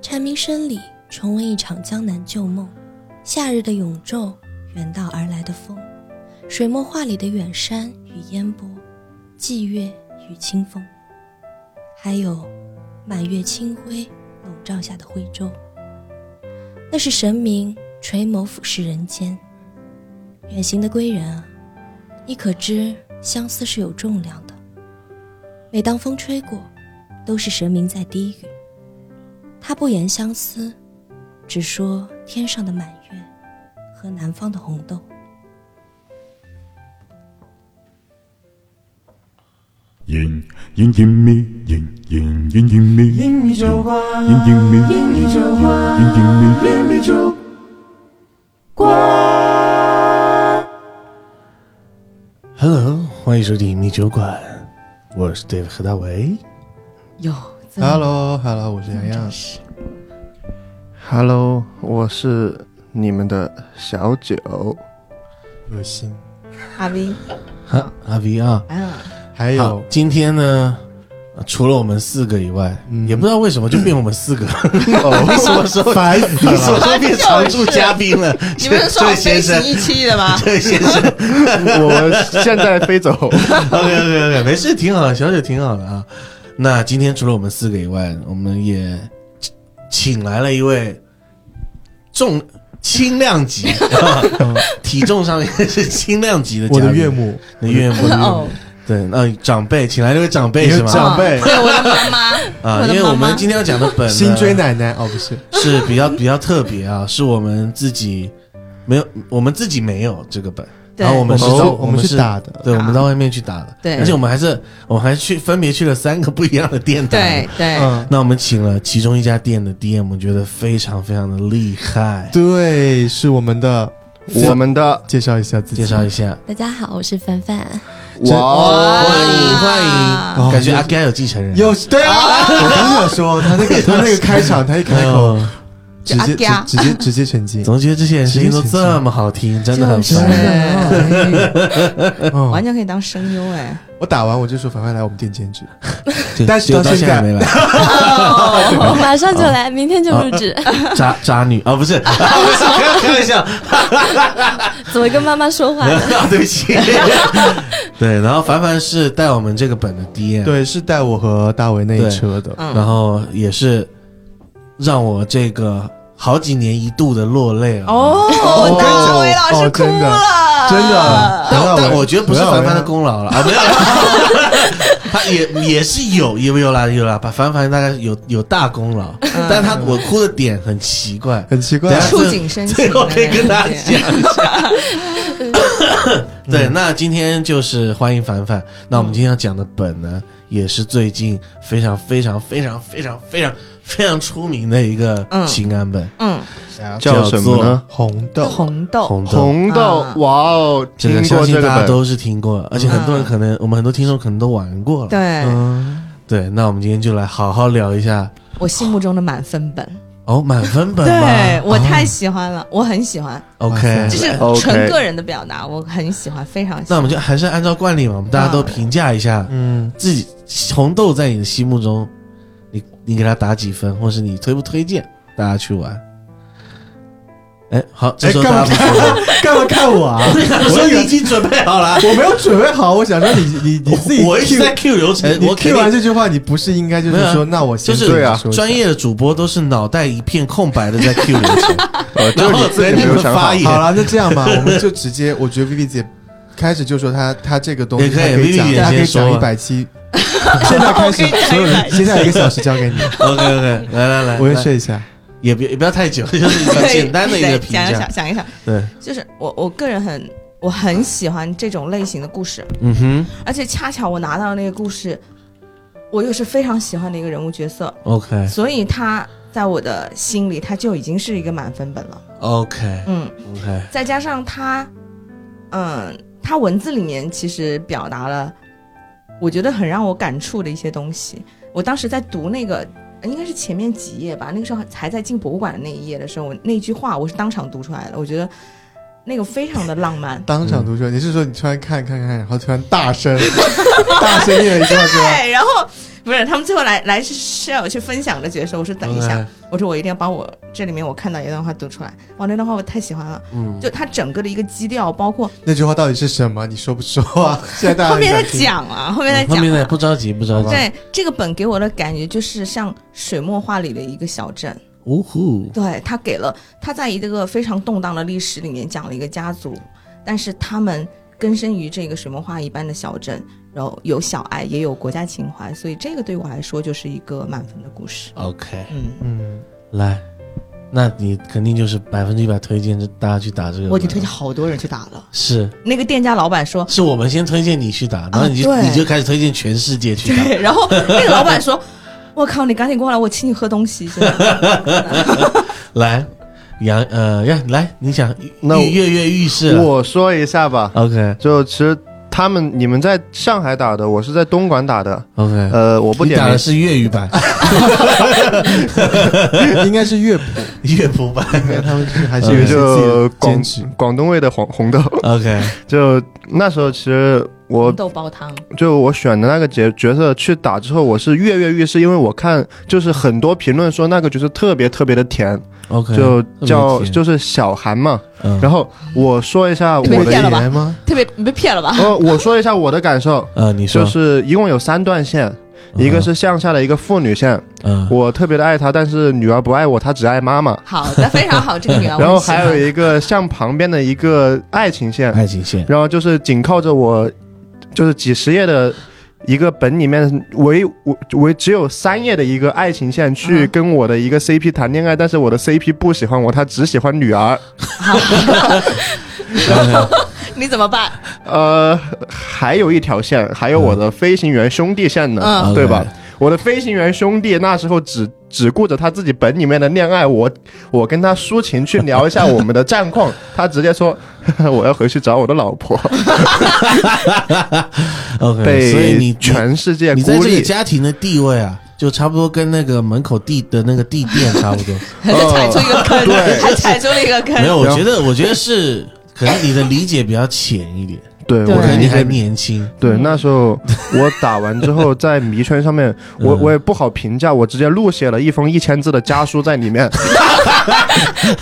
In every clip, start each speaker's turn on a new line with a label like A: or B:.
A: 蝉鸣声里重温一场江南旧梦，夏日的永昼，远道而来的风，水墨画里的远山与烟波，霁月与清风，还有满月清辉笼罩下的徽州，那是神明垂眸俯视人间。远行的归人啊，你可知相思是有重量的？每当风吹过，都是神明在低语。他不言相思，只说天上的满月和南方的红豆。
B: 隐隐隐秘，隐隐隐隐秘，
C: 英米酒花，
B: 隐隐秘，
C: 英米酒花，
B: 隐隐秘，
C: 英米酒瓜。Hello，欢迎收听米酒馆，我是 Dave 何大为。
D: 有
E: Hello，Hello，我是洋洋。
F: Hello，我是你们的小九。
E: 恶心。
D: 阿斌，
C: 哈，阿 V 啊，
D: 哎呀，
E: 还
C: 好
E: 有，
C: 今天呢，呃除了我们四个以外，
E: 嗯
C: 也不知道为什么就变我们四个，
F: 哦，
C: 什么时候
E: 烦死
C: 你什么
E: 了！
C: 时候变常驻嘉宾了？
D: 你们是说
C: 这
D: 我
C: 位先
D: 飞行
C: 生，
D: 一期的吗？
C: 这位先生
F: 我现在飞走。
C: ，OK OK OK，没事，挺好的，小九挺好的啊。那今天除了我们四个以外，我们也请请来了一位重轻量 级，体重上面是轻量级的
E: 我的
C: 嘉宾
E: 岳，母，
C: 你岳母，
D: 哦，
C: 对，那长辈，请来了一位长辈
E: 你的
C: 是吗？
E: 长辈
D: 对，我的妈妈，
C: 啊，
D: 我
C: 因
D: 的
C: 为我
D: 妈
C: 们
D: 妈，
C: 今天要讲的本呢
E: 新追奶奶哦，不是，
C: 是比较比较特别啊，是我们自己没有，我们自己没有这个本，
D: 对
C: 然后我们是
E: 我们
C: 到
E: 是
C: 我
E: 我们是
C: 是
E: 打的
C: 对，
D: 打
C: 我们到外面去打的，
D: 对
C: 而且我们还是我们还去分别去了三个不一样的店打，
D: 对。对，
E: 嗯，
C: 那我们请了其中一家店的 DM，我觉得非常非常的厉害，
E: 对，是我们的。
F: 我们的
E: 介绍一下自己，
C: 介绍一下，
A: 大家好，我是凡凡。
F: 哇，
C: 欢迎欢迎，
E: 哦
C: 感觉阿甘有继承人，
E: 有对啊，我刚刚有说他 那个他那个开场，他一开口
C: 哎呦
E: 直
D: 就
E: 接
D: 阿
E: 直
D: 嗲
E: 直接直接沉 浸，
C: 怎么觉得这些人声音都这么好听，真的很
A: 就是
C: 烦。
D: 对，
E: 嗯
D: 完全可以当声优哎，
E: 我打完我就说凡凡来我们店兼职，
C: 对
E: 但是
C: 就
E: 到
C: 到
E: 现
C: 在
E: 在
C: 没来，
A: 我哦马上就来，明天就入职。
C: 渣渣女啊，不是，不是，开玩笑，
A: 怎么跟妈妈说话呢？
C: 啊， 对不起。对，然后凡凡是带我们这个本的 DM，，
E: 对，是带我和大为那一车的，
D: 嗯
C: 然后也是让我这个好几年一度的落泪了。
D: 哦，
E: 我跟你讲
D: 大伟老
E: 哦
D: 师哭
E: 真的
D: 了，
E: 真的，
D: 啊
C: 但
E: 很好
C: 但
E: 玩
C: 我觉得不是凡凡的功劳了啊，没有， 他也也是有，也有啦有啦，把凡凡大概有有大功劳，但他我哭的点很奇怪，
E: 很奇怪
C: 等一，下
D: 触景生情
C: 最后可以跟大家
D: 对
C: 讲一下。 对，那今天就是欢迎凡凡。那我们今天要讲的本呢，也是最近非常非常非常非常非常非常出名的一个
D: 嗯
C: 情感本，
D: 嗯，
F: 叫什么呢？
E: 红豆，
D: 红豆，
C: 红豆》。
F: 红豆
D: 啊，
F: 哇哦，
C: 这
F: 听
C: 个
F: 过
C: 相
F: 这
C: 信
F: 个
C: 大家
F: 本，
C: 都是听过，而且很多人可能，我们很多听众可能都玩过了。
D: 嗯对
E: 嗯，
C: 对，那我们今天就来好好聊一下
D: 我心目中的满分本，
C: 哦，满分本
D: 对
C: 吧哦
D: 我太喜欢了，我很喜欢，
C: OK
D: 这。是
F: OK
D: 纯个人的表达，我很喜欢，非常喜
C: 那我们。
D: 欢
C: 就还是按照惯例嘛，我们大家都评价一下，
E: 啊嗯，
C: 自己红豆在你的心目中，你你给他打几分，或是你推不推荐大家去玩？哎，好， 这
E: 哎，
C: 时候
E: 干嘛
C: 大家不说话，
E: 干嘛看我啊？
C: 所以
E: 我
C: 你
E: 以为
C: 已经准备好了。
E: 我没有准备好，我想说你你你自己
C: 我一直
E: cue-
C: 在 Q 流程，
E: 哎你
C: 我肯
E: Q 完
C: 定
E: 这句话，你不是应该就
C: 没有
E: 是
C: 啊
E: 说，那我先
C: 就是
E: 自己
F: 对啊
E: 说一下
C: 专业的主播都是脑袋一片空白的在 Q 流程，
F: 呃，就是你自己没有想
C: 然后人家
F: 好
C: 发。言
E: 好了，那这 样吧，我们就直接，我觉得 Vivi 姐开始就说她她这个东西
C: 也可
E: 她
C: 以
E: 可以
C: Vivi
E: 讲，
C: 姐
E: 她可以
C: 先说
E: 讲
C: 吧
E: 一百期。 现在开始，所有人现在一个小时 交给你，
C: OK OK，来来来，
E: 我
C: 也
E: 先睡一下。。
C: 也别也不要太久，就是一个简单的一个
D: 对
C: 评
D: 想一
C: 价
D: 想，。想一想，
C: 对，
D: 就是我我个人很我很喜欢这种类型的故事，
C: 嗯哼
D: 而且恰巧我拿到的那个故事，我又是非常喜欢的一个人物角色，
C: ，OK
D: 所以他在我的心里他就已经是一个满分本了。
C: OK
D: 嗯，
C: OK，
D: 再加上他，嗯，他文字里面其实表达了，我觉得很让我感触的一些东西。我当时在读那个。应该是前面几页吧，那个时候还在进博物馆的那一页的时候，我那句话我是当场读出来的，我觉得那个非常的浪漫
E: 当场 读出，你是说你突然看看看，然后突然大声大声念了一句话，说
D: 对，然后不是，他们最后来来是是要我去分享的角色。我说等一下，我说我一定要把我这里面我看到一段话读出来。哇，那段话我太喜欢了，
C: 嗯，
D: 就它整个的一个基调，包括
E: 那句话到底是什么？你说不说啊？现在大家
D: 后面
E: 很
D: 在
E: 想听，
D: 讲啊，后面在
C: 嗯后
D: 讲
C: 面呢
D: 啊。
C: 不着急不着急，
D: 对这个本给我的感觉就是像水墨画里的一个小镇，
C: 呜呼，
D: 对他给了他在一个非常动荡的历史里面讲了一个家族，但是他们根深于这个水墨画一般的小镇，然后有小爱也有国家情怀，所以这个对我来说就是一个满分的故事。
C: OK，
D: 嗯，
E: 嗯，
C: 来，那你肯定就是百分之一百推荐大家去打这个，
D: 我已经推荐好多人去打了。
C: 是
D: 那个店家老板 说，
C: 是我们先推荐你去打，然后你就、
D: 啊对
C: 你就开始推荐全世界去打，
D: 对，然后那个老板说，我靠，你赶紧过来，我请你喝东西。真的
C: 来，杨呃呀，来，你想
F: 那我
C: 你跃跃欲试了
F: 我说一下吧，
C: ，OK
F: 就其实他们你们在上海打的，我是在东莞打的。
C: OK，、
F: 呃，我不
C: 哎你
F: 点
C: 打
F: 名
C: 的，是粤语 版、
E: 应该是乐谱，
C: 乐谱版
E: 应该他们是呃还是
F: 这
E: 有
F: 个
E: 一些自己
F: 就
E: 的
F: 广
E: 坚持。
F: 广东味的红红豆。
C: ，OK，
F: 就那时候其实 我
D: 豆包汤，
F: 就我选的那个角角色去打之后，我是跃跃欲试，因为我看就是很多评论说那个角色特别特别的甜，
C: OK，
F: 就
C: 别
F: 叫
C: 甜
F: 就是小韩嘛。
C: 嗯，
F: 然后我说一下我
D: 被骗
F: 的，
D: 了吧
E: 甜吗？
D: 特别你被骗了吧？
F: 呃，我说一下我的感受，
C: 呃，你说，
F: 就是一共有三段线，一个
C: 嗯
F: 是向下的一个父女线，
C: 嗯，
F: 我特别的爱她，但是女儿不爱我，她只爱妈妈。
D: 好的，非常好，这个女儿我
F: 然后
D: 很喜
F: 还有
D: 欢
F: 一个向旁边的一个爱情线，
C: 爱情线，
F: 然后就是紧靠着我，就是几十页的一个本里面，唯我唯只有三页的一个爱情线去
D: 嗯
F: 跟我的一个 CP 谈恋爱，但是我的 CP 不喜欢我，他只喜欢女儿。
D: 你怎么办？
E: 哦
F: 呃，还有一条线，还有我的飞行员兄弟线呢，
D: 嗯
C: 嗯 OK
F: 对吧？我的飞行员兄弟那时候只只顾着他自己本里面的恋爱，我我跟他抒情去聊一下我们的战况，他直接说 我要回去找我的老婆，
C: ？OK，所以嗯
F: 被
C: 你
F: 全世界
C: 你在
F: 孤
C: 这个
F: 立。
C: 家庭的地位啊，就差不多跟那个门口地的那个地垫差不多。
D: 还踩出一个 坑，还踩出了一个坑。
C: 没有，我觉得，我觉得是可能你的理解比较浅一点，
F: 对
D: 对
F: 我
C: 可能
F: 肯
C: 你
F: 定
C: 还年轻。
F: 对，那时候我打完之后，在迷圈上 面，我
C: 嗯
F: 我也不好评价，我直接录写了一封一千字的家书在里 面，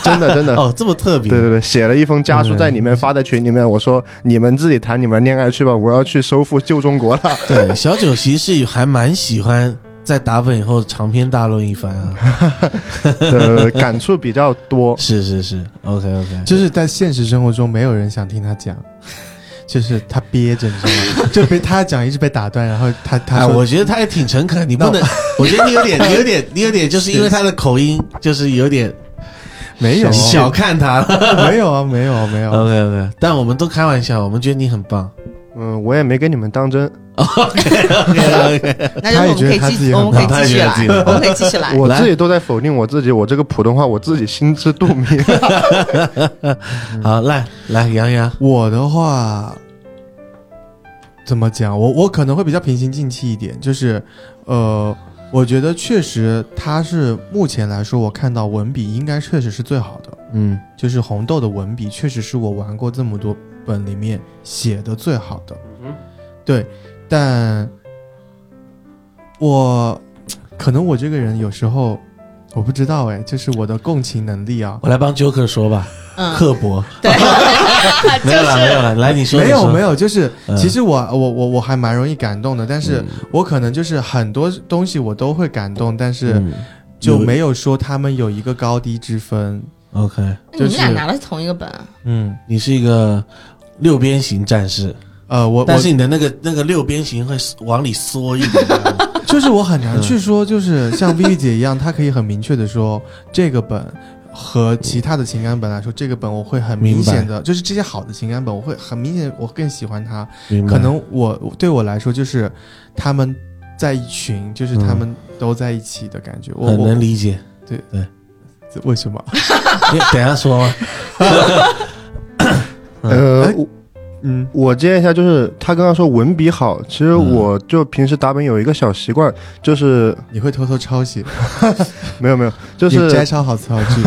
F: 真的真的，
C: 哦，这么特别
F: 对。对对，写了一封家书在里面发在群里面，我说你们自己谈你们恋爱去吧，我要去收复旧中 国了。
C: 对，小九其实是还蛮喜欢在打本以后长篇大论一番啊。
F: 呃，感触比较多，
C: 是是是，OK OK，
E: 就是在现实生活中，没有人想听他讲，就是他憋着，你知道吗？就 被他讲一直被打断，然后他他
C: 哎，
E: 说、
C: 我觉得他也挺诚恳，你不
E: 那
C: 能，我觉得你有点，你有点，你有点，就是因为他的口音，就是有点
E: 没有
C: 小看他了。
E: 没有啊，没有啊没有啊。
C: OK OK，但我们都开玩笑，我们觉得你很棒。
F: 嗯，我也没给你们当真，
C: OK OK，
D: 那就是我们可以
E: 他也
D: 继
E: 觉
D: 续，
E: 得
D: 我
C: 他也觉得，
D: 们可以继续来我们可以继续来。
F: 我
C: 来
F: 自己都在否定我自己，我这个普通话我自己心知肚 明。
C: 好，来来，杨洋，
E: 我的话，怎么讲？我我可能会比较平心静气一点，就是，呃，我觉得确实他是目前来说，我看到文笔应该确实是最好的，
C: 嗯
E: 就是红豆的文笔确实是我玩过这么多本里面写的最好的。
F: 嗯
E: 对，但我可能我这个人有时候我不知道哎，就是我的共情能力啊，
C: 我来帮 Joker 说吧，
D: 嗯，
C: 刻薄。
D: 对，
C: 没有了，没有了，来你说，
E: 没有没
C: 有，
E: 有，就是
C: 嗯
E: 其实我、我我我还蛮容易感动的，但是我可能就是很多东西我都会感动，但是
C: 嗯
E: 就没有说他们有一个高低之分。
C: OK，
D: 你们
E: 就
D: 俩
E: 是
D: 拿的是同一个本啊，
E: 嗯，
C: 你是一个六边形战士，
E: 呃，我
C: 但
E: 我
C: 是你的那个那个六边形会往里缩一点。
E: 就是我很难去 说，就是像 Vivi 姐一样，她可以很明确的说这个本。和其他的情感本来说，这个本我会很明显的，就是这些好的情感本，我会很明显，我更喜欢它。
C: 明白
E: 可能我对我来说，就是他们在一群，就是他们都在一起的感觉。我
C: 嗯很
E: 我
C: 能理 解。
E: 这 为什么？
C: 你等一下说 嘛。
F: 呃
E: 哎，嗯，
F: 我接一下，就是他刚刚说文笔好，其实我就平时打本有一个小习惯，就是
E: 你会偷偷抄袭，
F: 没有没有，就
E: 你摘
F: 是
E: 抄好词好句。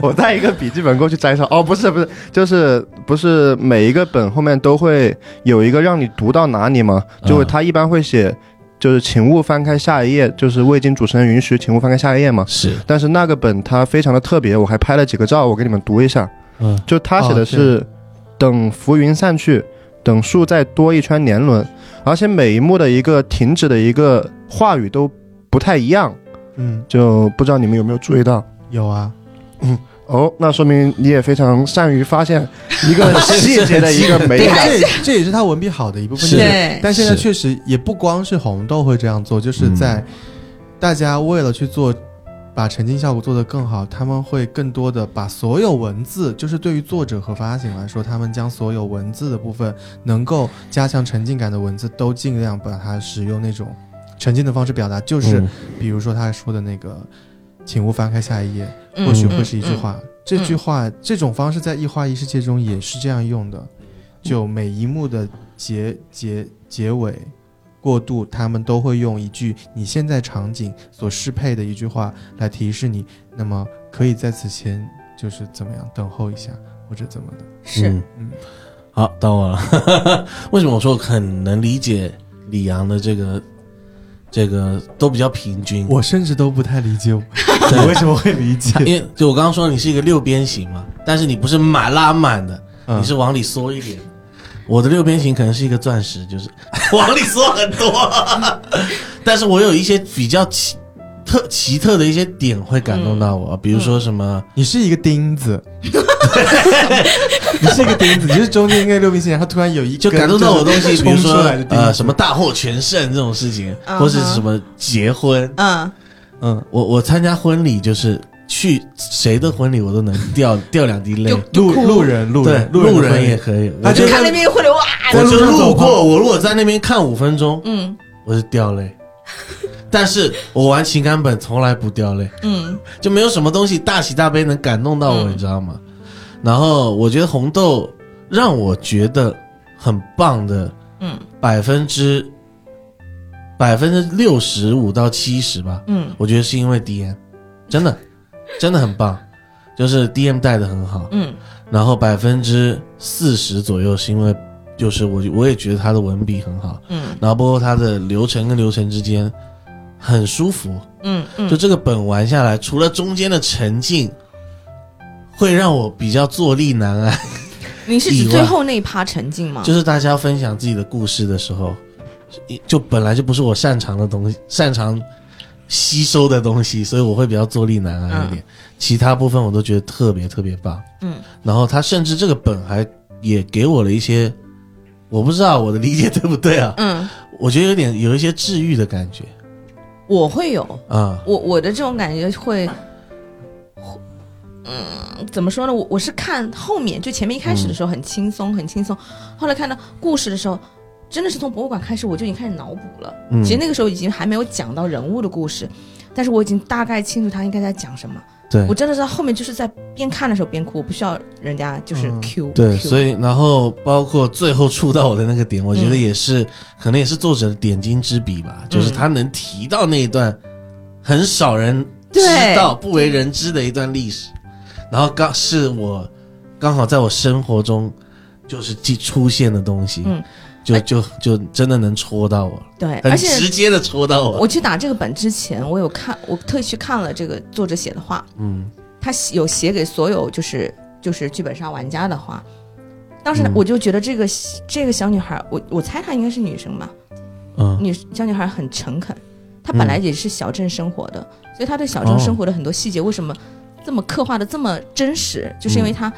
F: 我带一个笔记本过去摘抄。哦，不是不是，就是不是每一个本后面都会有一个让你读到哪里嘛，就会
C: 嗯
F: 他一般会写。就是请勿翻开下一页，就是未经主持人允许，请勿翻开下一页 嘛。
C: 是，
F: 但是那个本它非常的特别，我还拍了几个照，我给你们读一下。
C: 嗯，
F: 就他写的是、等浮云散去，等树再多一圈年轮，而且每一幕的一个停止的一个话语都不太一样，
E: 嗯，
F: 就不知道你们有没有注意到。
E: 有啊，
F: 哦，那说明你也非常善于发现一个细节的一个美感。
E: 这这也是他文笔好的一部分。
C: 是
D: 对，
E: 但现在
C: 是
E: 确实也不光是红豆会这样做，就是
B: 嗯
E: 在大家为了去做。把沉浸效果做得更好，他们会更多的把所有文字，就是对于作者和发行来说，他们将所有文字的部分能够加强沉浸感的文字，都尽量把它使用那种沉浸的方式表达。就是
C: 嗯
E: 比如说他说的那个“请勿翻开下一页”，
D: 嗯
E: 或许会
D: 嗯
E: 是一句
D: 嗯
E: 话。这句话、这种方式在一花一世界中也是这样用的，就每一幕的结结结尾过渡，他们都会用一句你现在场景所适配的一句话来提示你，那么可以在此前就是怎么样等候一下或者怎么的。
D: 是
C: 嗯
E: 嗯
C: 好，到我了。 为什么我说很能理解李阳的这个这个都比较平均？
E: 我甚至都不太理解 我
C: 对
E: 你为什么会理解，
C: 因为就我刚刚说你是一个六边形嘛，但是你不是满拉满的，
E: 嗯
C: 你是往里缩一点。我的六边形可能是一个钻石，就是 往里缩很多，但是我有一些比较奇特奇特的一些点会感动到
E: 嗯
C: 我，比如说什么，
E: 你是一个钉 子，你是一个钉子，你就是中间一个六边形，然后突然有一
C: 就
E: 根
C: 感动到我的东西，
E: 就是
C: 比如
E: 冲出
C: 说
E: 来的钉子
C: 呃什么大获全胜这种事情，
D: 嗯
C: 或是
D: 哼
C: 什么结婚，
D: 嗯，
E: 嗯，
C: 我我参加婚礼就是去谁的婚礼我都能掉掉两滴泪
D: 就，
E: 路路人路
C: 对
E: 人
C: 路
E: 的婚
C: 人
E: 姻
C: 也可以，我
E: 啊就
C: 就是
D: 看那边会流哇，
C: 我就
E: 在路上
C: 路
E: 走
C: 过，我如果在那边看五分钟，
D: 嗯
C: 我就掉泪。 但是我玩情感本从来不掉泪，
D: 嗯
C: 就没有什么东西大喜大悲能感动到我，
D: 嗯
C: 你知道吗？然后我觉得红豆让我觉得很棒的
D: 嗯
C: 百分之百分之六十五到七十吧，
D: 嗯
C: 我觉得是因为 DM，真的真的很棒，就是 DM 带的很好。
D: 嗯
C: 然后百分之四十左右是因为就是我我也觉得他的文笔很好，
D: 嗯
C: 然后包括他的流程跟流程之间很舒服，
D: 嗯嗯，
C: 就这个本玩下来，除了中间的沉浸。会让我比较坐立难安，
D: 你是指最后那一趴沉浸吗？
C: 就是大家分享自己的故事的时候，就本来就不是我擅长的东西，擅长吸收的东西，所以我会比较坐立难安一点。其他部分我都觉得特别特别棒。
D: 嗯
C: 然后他甚至这个本还也给我了一些，我不知道我的理解对不对啊？
D: 嗯，
C: 我觉得有点有一些治愈的感觉
D: 我会有，
C: 啊，
D: 我我的这种感觉会，会嗯，怎么说呢？我我是看后面，就前面一开始的时候很轻松，很轻松，后来看到故事的时候，真的是从博物馆开始，我就已经开始脑补了。
C: 嗯
D: 其实那个时候已经还没有讲到人物的故事，但是我已经大概清楚他应该在讲什么。
C: 对
D: 我真的是后面就是在边看的时候边哭，我不需要人家就是
E: 嗯
D: Q、
C: 对，
D: Q
C: 所以然后包括最后触到我的那个点，我觉
D: 嗯
C: 得也是、可能也是作者的点睛之笔吧，就是他能提到那一段很少人知道、不为人知的一段历史，然后刚是我刚好在我生活中就是既出现的东西，
D: 嗯
C: 就就就真的能戳到我了。
D: 对，
C: 很
D: 而且
C: 直接的戳到我。
D: 我去打这个本之前，我有看，我特意去看了这个作者写的话，
C: 嗯
D: 他写有写给所有就是就是剧本杀玩家的话。当
C: 嗯
D: 时我就觉得这个、这个小女孩，我我猜她应该是女生吧，
C: 嗯
D: 女小女孩很诚恳，她本来也是小镇生活的，所以她对小镇
C: 哦
D: 生活的很多细节为什么这么刻画的这么真实，就是
C: 嗯
D: 因为她，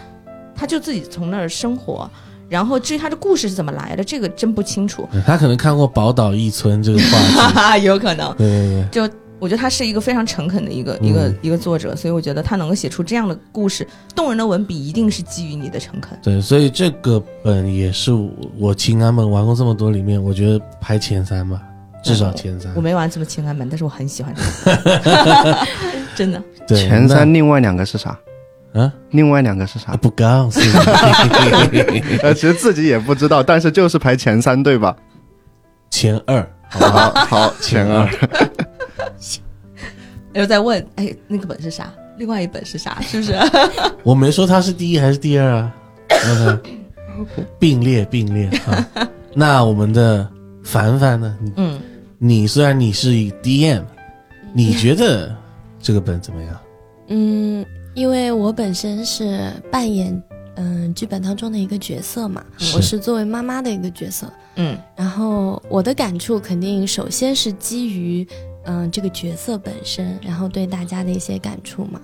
D: 她就自己从那儿生活。然后至于她的故事是怎么来的，这个真不清楚，
C: 他可能看过《宝岛一村》这个话剧。
D: 有可能。
C: 对对对，
D: 我觉得她是一个非常诚恳的一个、
C: 嗯
D: 一个一个作者，所以我觉得她能够写出这样的故事，动人的文笔一定是基于你的诚恳。
C: 对，所以这个本也是我我情感本玩过这么多里面，我觉得排前三吧，至少前三
D: 我。没玩这么情感本，但是我很喜欢这个， 真的。
C: 对，
F: 前 三另外两个是啥？
C: 那啊，
F: 另外两个是啥
C: 啊？不告诉你，
F: 呃，其实自己也不知道，但是就是排前三对吧？
C: 前二。
F: 好好，前二。
D: 然后再问，哎，那个本是啥？另外一本是啥？是不 是？
C: 我没说他是第一还是第二啊，OK 并列并列啊。那我们的凡凡呢？你
D: 嗯，
C: 你虽然你是一 DM，你觉得这个本怎么样？
A: 嗯，因为我本身是扮演嗯剧本当中的一个角色嘛，
C: 是
A: 我是作为妈妈的一个角色，
D: 嗯
A: 然后我的感触肯定首先是基于嗯、这个角色本身，然后对大家的一些感触嘛。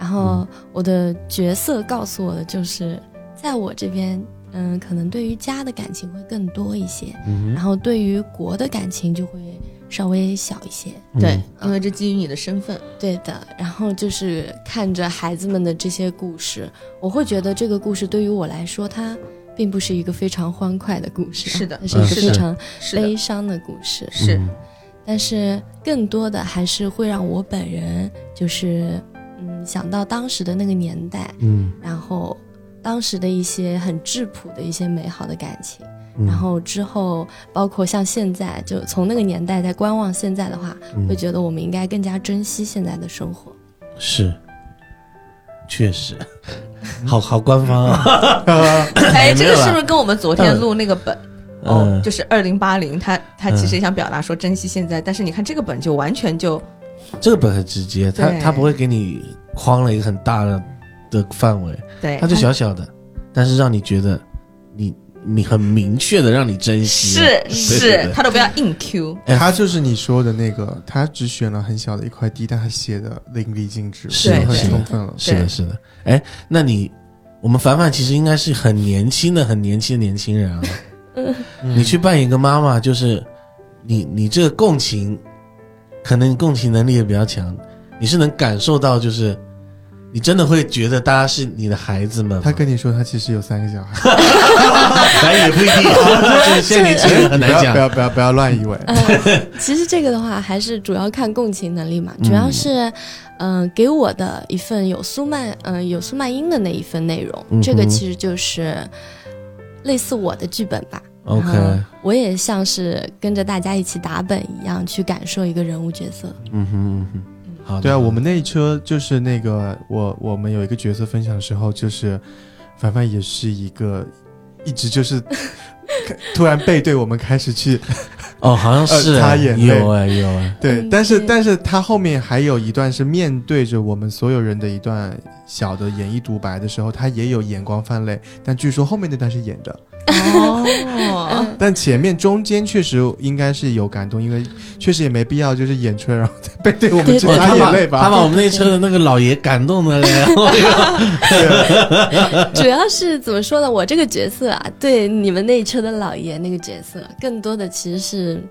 A: 然后我的角色告诉我的就是，在我这边，嗯，可能对于家的感情会更多一些，
D: 嗯
A: 然后对于国的感情就会稍微小一些。
C: 嗯
D: 对，因为这基于你的身份，
A: 对的，然后就是看着孩子们的这些故事，我会觉得这个故事对于我来说，它并不是一个非常欢快的故事啊，
D: 是的
A: 它是一个非
D: 嗯是的
A: 常
D: 是的
A: 悲伤的故事。
D: 是
C: 嗯
A: 但是更多的还是会让我本人就是嗯想到当时的那个年代，
C: 嗯，
A: 然后当时的一些很质朴的一些美好的感情，
C: 嗯
A: 然后之后包括像现在，就从那个年代再观望现在的话，会觉得我们应该更加珍惜现在的生活。
C: 是，确实， 好好官方啊。
D: 哎，这
C: 没有
D: 个
C: 啦
D: 是不是跟我们昨天录那个本？ 哦
C: 嗯，，
D: 就是二零八零，他他其实
C: 嗯
D: 也想表达说珍惜现在，但是你看这个本就完全就
C: 这个本很直接，他
D: 对
C: 他不会给你框了一个很大的的范围，
D: 对，
C: 他就小小的，但是让你觉得你你很明确的让你珍惜。啊
D: 是
C: 对对
D: 是
C: 对，
D: 他都不要硬 Q，
E: 他就是你说的那个，他只选了很小的一块地，但他写的淋漓尽致，
C: 是
E: 我觉得
D: 对
E: 很充分了。
C: 是的，
D: 对
C: 是的。哎，那你我们凡凡其实应该是很年轻的、很年轻的年轻人啊。
E: 嗯
C: 你去扮演一个妈妈，就是你你这个共情，可能你共情能力也比较强，你是能感受到，就是你真的会觉得大家是你的孩子们吗。
E: 他跟你说他其实有三个小孩，
C: 咱也不一定，就是现在年轻 人很
E: 不
C: 难
E: 要不
C: 讲。
E: 要不要不要乱以 为。
A: 呃，其实这个的话还是主要看共情能力嘛，主要是，嗯、给我的一份有苏曼，嗯、有苏曼英的那一份内容，
C: 嗯哼
A: 这个其实就是类似我的剧本吧。
C: OK，
A: 然
E: 嗯
A: 后我也像是跟着大家一起打本一样，去感受一个人物角色。
C: 嗯哼嗯哼，好的。
E: 对啊，我们那一车就是那个我我们有一个角色分享的时候，就是凡凡也是一个一直就是 突然背对我们开始去
C: 哦，好像是
E: 呃
C: 哎
E: 擦眼泪
C: 有哎有哎，
E: 对，
A: 嗯
E: 但是
A: 对
E: 但是他后面还有一段是面对着我们所有人的一段小的演绎独白的时候，他也有眼光泛泪，但据说后面那段是演的，
D: 哦，
A: 嗯
E: 但前面中间确实应该是有感动，因为确实也没必要就是演出来然后再背对我们
A: 对
E: 去
A: 对
E: 擦眼泪
C: 他把他
E: 吧。
C: 把我们那车的那个老爷感动的嘞， 哎呦
A: 主要是怎么说呢？我这个角色啊，对你们那一车的老爷那个角色，更多的其实是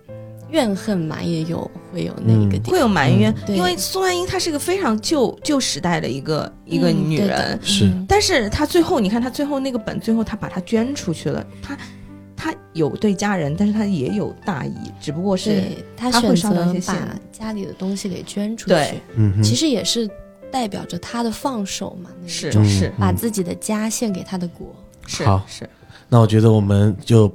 A: 怨恨嘛，也有会有那一个地方。
D: 会有埋怨
A: 嗯，对
D: 因为苏曼英她是个非常旧旧时代的一个一个
A: 嗯
D: 女
A: 对的
D: 人，
C: 是
A: 嗯
D: 但是她最后你看她最后那个本，最后她把它捐出去了，她她有对家人，但是她也有大义，只不过是
A: 对他
D: 他
A: 选
D: 会烧到
A: 择
D: 一些线
A: 把家里的东西给捐出
D: 对
A: 去，
C: 嗯哼
A: 其实也是代表着他的放手嘛，那一
D: 是
A: 种
D: 是
A: 把自己的家献给他的国。
D: 是
C: 嗯好
D: 是，
C: 那我觉得我们就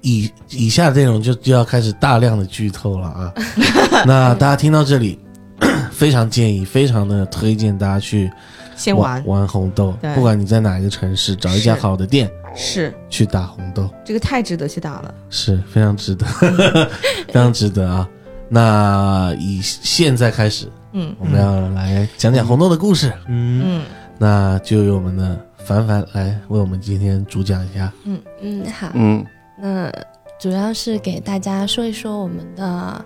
C: 以以下内容就就要开始大量的剧透了啊。 那大家听到这里， 非常建议，非常的推荐大家去
D: 先
C: 玩
D: 玩
C: 玩红豆，
D: 对
C: 不管你在哪一个城市，找一家好的店
D: 是
C: 去打红豆，
D: 这个太值得去打了，
C: 是非常值得， 非常值得啊。那以现在开始，
D: 嗯
C: 我们要来讲讲红豆的故事，
E: 嗯，
D: 嗯，
C: 那就由我们的凡凡来为我们今天主讲一下。
A: 嗯，好，
F: 嗯，
A: 那主要是给大家说一说我们的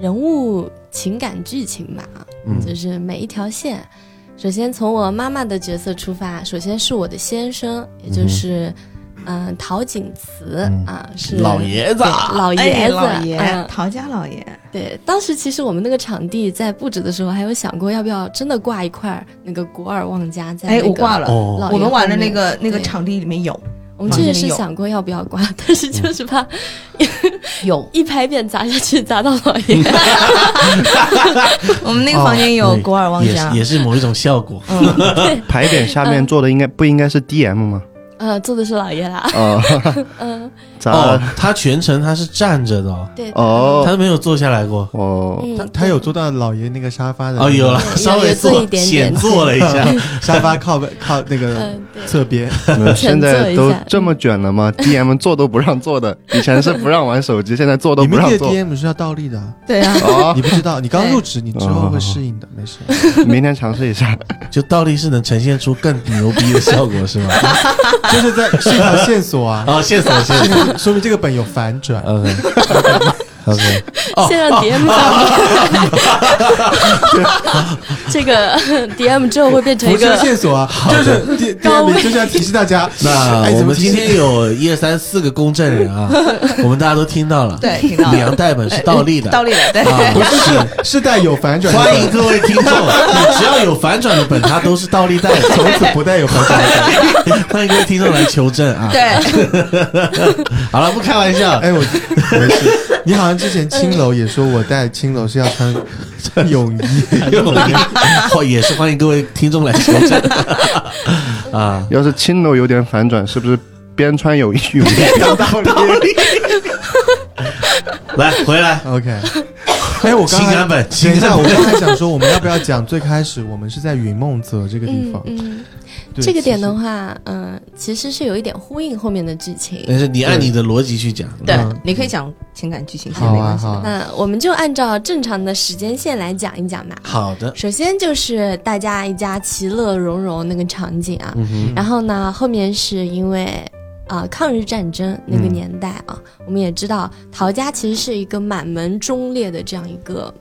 A: 人物情感剧情吧，
C: 嗯
A: 就是每一条线。首先从我妈妈的角色出发，首先是我的先生，也就是嗯、呃陶景慈、
C: 嗯
A: 啊，是
C: 老爷子啊，
A: 对老爷
D: 哎
A: 子，
D: 老爷
A: 嗯，
D: 陶家老爷，
A: 对，当时其实我们那个场地在布置的时候，还有想过要不要真的挂一块儿那个古尔旺家在、那
D: 哎，
A: 个
D: 我挂了。
A: 老
C: 哦，
A: 爷
D: 我们玩的那
A: 后面
D: 个那个
A: 对
D: 场地里面有
A: 我们确实是想过要不要挂， 但是就是怕
D: 有，
A: 一拍便砸下去砸到老爷。
E: 嗯
D: 我们那个房间有古尔旺
C: 哦也
D: 家
C: 是，也是某一种效果。
D: 嗯，
F: 牌匾下面坐的应该不应该是 DM 吗？
A: 呃，做的是老爷啦。
F: 啊，
A: 嗯、
C: 哦
F: 咋？，
C: 他全程他是站着的哦，
A: 对，
F: 哦
C: 他没有坐下来过。
F: 哦，
A: 嗯
E: 他他有坐到老爷那个沙发的
F: 哎
C: 哦，有了，
A: 有
C: 稍微
A: 有坐
C: 坐
A: 一点
C: 浅
A: 点
C: 坐了一 下。
E: 沙发靠背靠那个
A: 嗯，对，
E: 侧边，
F: 嗯现在
A: 沉
F: 都
A: 坐一下
F: 这么卷了吗？DM 坐都不让坐的，以前是不让玩手机，现在坐都
E: 你
F: 不
E: 们
F: 让
E: 这个
F: 坐。
E: DM 是要倒立的啊，
D: 对啊，
F: 哦，
E: 你不知道，你刚入职，你之后会适应的，没事。
F: 明天尝试一下。
C: 就倒立是能呈现出更牛逼的效果，是吗？
E: 就是在是一条线索啊，
C: 哦，线索线索。
E: 说明这个本有反转。
C: OK OK，
A: 先
E: 哦
A: 让 DM 放 吧。这个 DM 之后会变成一
E: 不是
A: 个
E: 线索啊，就是第第二名就是要提示大家。
C: 那
E: 哎
C: 我
E: 怎么
C: 们今天有一二三四个公证人啊，我们大家都听到了，
D: 对听到了
C: 两代本是倒立的，
D: 倒立的，对，
C: 啊
E: 不是是是带有反转的，
C: 欢迎各位 听众，你只要有反转的本，它都是倒立带的。
E: 从 此不带有反转的。
C: 欢迎各位听众来求证啊！
D: 对，
C: 好了，不开玩笑，
E: 哎，我 没事。你好像之前青楼也说我带青楼是要穿穿泳衣，
C: 又也是欢迎各位听众来求证啊！
F: 要是青楼有点反转，是不是边穿有益无益？
C: 来回来，
E: OK。哎，我刚
C: 情感
E: 才
C: 本
E: 等一
C: 情感
E: 下，我
C: 本
E: 刚才想说，我们要不要讲最开始我们是在云梦泽这个地
A: 嗯
E: 方？
A: 嗯，
E: 对
A: 这个点的
E: 其实
A: 话，嗯、其实是有一点呼应后面的剧情。
C: 但是你按你的逻辑去讲，
D: 对
E: 嗯，
D: 你可以讲情感剧情线
E: 好
D: 没
E: 啊
D: 关系
E: 好
D: 的。
E: 啊，
A: 那嗯我们就按照正常的时间线来讲一讲吧。
C: 好的，
A: 首先就是大家一家其乐融融那个场景
C: 嗯
A: 啊，然后呢，后面是因为啊、抗日战争那个年代啊，
C: 嗯
A: 我们也知道陶家其实是一个满门忠烈的这样一个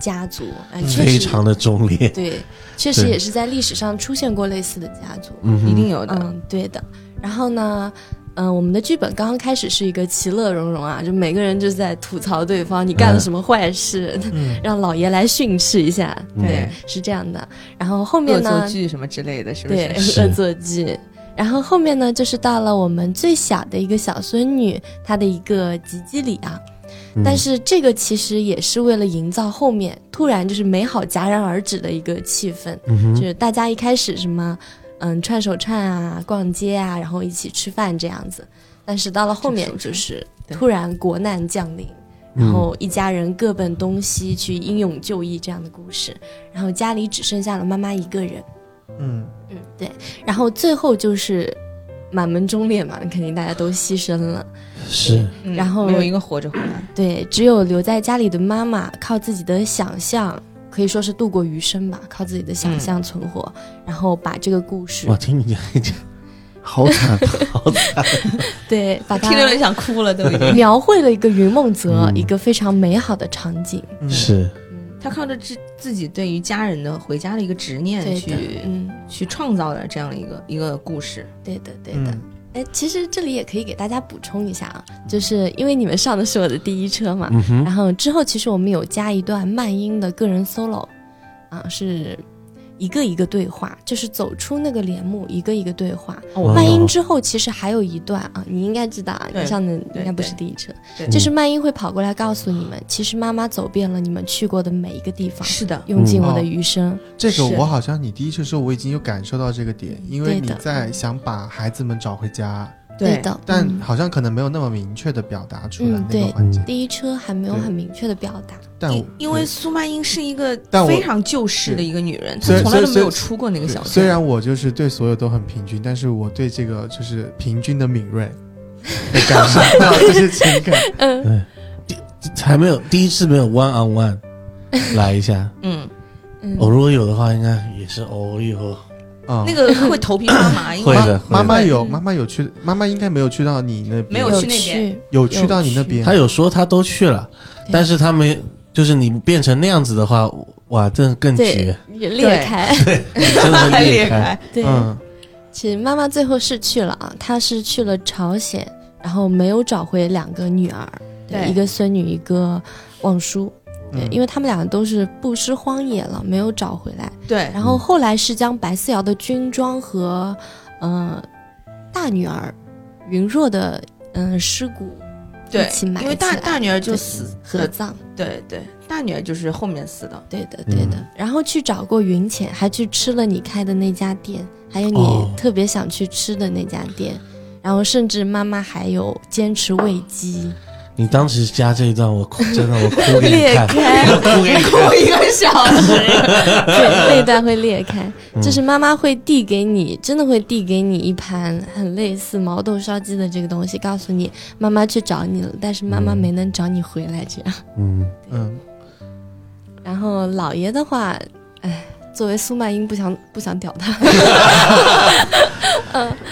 A: 家族，哎、确
C: 嗯非
A: 实
C: 常的忠烈，
A: 对，确实
C: 对
A: 也是在历史上出现过类似的家族，
C: 嗯
D: 一定
C: 哼，
D: 有的，
A: 嗯，对的。然后呢，嗯、我们的剧本刚刚开始是一个其乐融融啊，就每个人就在吐槽对方你
D: 嗯
A: 干了什么坏事， 让老爷来训斥一下，对，是这样的。然后后面
D: 嗯恶
A: 呢
D: 作，剧什么之类的，是不
A: 对，
D: 是？
C: 是
A: 恶作剧。然后后面呢，就是到了我们最小的一个小孙女，她的一个吉吉里啊。但是这个其实也是为了营造后面突然就是美好戛然而止的一个气氛，就是大家一开始什么，嗯，串手串啊，逛街啊，然后一起吃饭这样子。但是到了后面就是
D: 对
A: 突然国难降临，然后一家人各奔东西去英勇就义这样的故事，然后家里只剩下了妈妈一个人。
E: 嗯，
A: 嗯，对。然后最后就是满门忠烈嘛，肯定大家都牺牲了。
C: 是
D: 嗯
A: 然后
D: 没有一个活着回来，
A: 对，只有留在家里的妈妈靠自己的想象，可以说是度过余生吧，靠自己的想
D: 嗯
A: 象存活，然后把这个故事
C: 我，听你讲一讲，
F: 好惨，
A: 对，把它
D: 听着嗯都想哭了，都已 经。
A: 描绘了一个云梦泽、一个非常美好的场景。
E: 嗯
C: 是
D: 他靠着自自己对于家人的回家的一个执念
A: 对的
D: 去，
A: 嗯，
D: 去创造的这样的一个一个故事。
A: 对的，对的。
E: 嗯，
A: 哎，其实这里也可以给大家补充一下啊，就是因为你们上的是我的第一车嘛，然后之后其实我们有加一段慢音的个人 solo，啊，是一个一个对话，就是走出那个帘幕，一个一个对话。
D: 哦
A: 慢音之后其实还有一段啊，你应该知道啊，
D: 对
A: 你上的
D: 对
A: 应该不
D: 对
A: 是第一车，
D: 对
A: 就是慢音会跑过来告诉你们，其实妈妈走遍了你们去过的每一个地方，
D: 是的，
A: 用尽我的
E: 嗯
A: 余生。
E: 这个
D: 是嗯
E: 我好像你第一次说，我已经有感受到这个点，因为
A: 对
E: 你
A: 的
E: 在想把孩子们找回家，
A: 对的，
E: 但
A: 嗯
E: 好像可能没有那么明确的表达出来
A: 嗯
E: 那个
A: 对
E: 环节。
A: 第一车还没有
E: 对
A: 很明确的表达。
E: 但
D: 因因为苏曼英是一个
E: 但我
D: 非常旧式的一个女人，
E: 虽
D: 她
E: 然
D: 从来都
E: 虽
D: 没有
E: 虽
D: 出过那个小镇。
E: 虽然我就是对所有都很平均，但是我对这个就是平均的敏锐， 会感受到这些情感。
C: 还没有第一次没有 one on one，来一下，
D: 嗯，
A: 嗯，
C: 哦，如果有的话，应该也是哦哟，
E: 啊、
D: 那个嗯会头皮发 麻，因
C: 会
D: 为
C: 的会的
E: 妈妈有
A: 嗯
E: 妈妈有去，妈妈应该没有去到你那边，
D: 没有
A: 有
D: 去那边
A: 趣
E: 有去到你那边。
C: 他有说他都去了，
A: 对
C: 但是他没，就是你变成那样子的话，哇，这
E: 嗯
C: 更绝
A: 对，也裂开。
C: 你真的会裂
D: 裂
C: 开。
D: 开。
A: 对，
E: 嗯，
A: 其实妈妈最后是去了啊，她是去了朝鲜，然后没有找回两个女儿，
D: 对
A: 一个孙女，一个望叔。对，
E: 嗯
A: 因为他们俩都是布施荒野了，没有找回来。
D: 对
A: 然后后来是将白思瑶的军装和，呃，大女儿云若的嗯、尸骨
D: 对
A: 一起，埋
D: 因为大
A: 起来
D: 大女儿就
A: 对
D: 死，
A: 合葬，
D: 对对，大女儿就是后面死的。
A: 对的对的。
C: 嗯
A: 然后去找过云浅，还去吃了你开的那家店，还有你
C: 哦
A: 特别想去吃的那家店。然后甚至妈妈还有坚持喂 鸡，
C: 你当时加这一段，我哭，真的我哭给你
A: 裂
C: 看，
A: 开，
C: 哭给你看。
D: 一个小时，
A: 对，那段会裂开，
C: 嗯
A: 就是妈妈会递给你，真的会递给你一盘很类似毛豆烧鸡的这个东西，告诉你妈妈去找你了，但是妈妈没能找你回来这样。
C: 嗯，
E: 嗯，
A: 然后姥爷的话，哎，作为苏曼英不想不想屌他，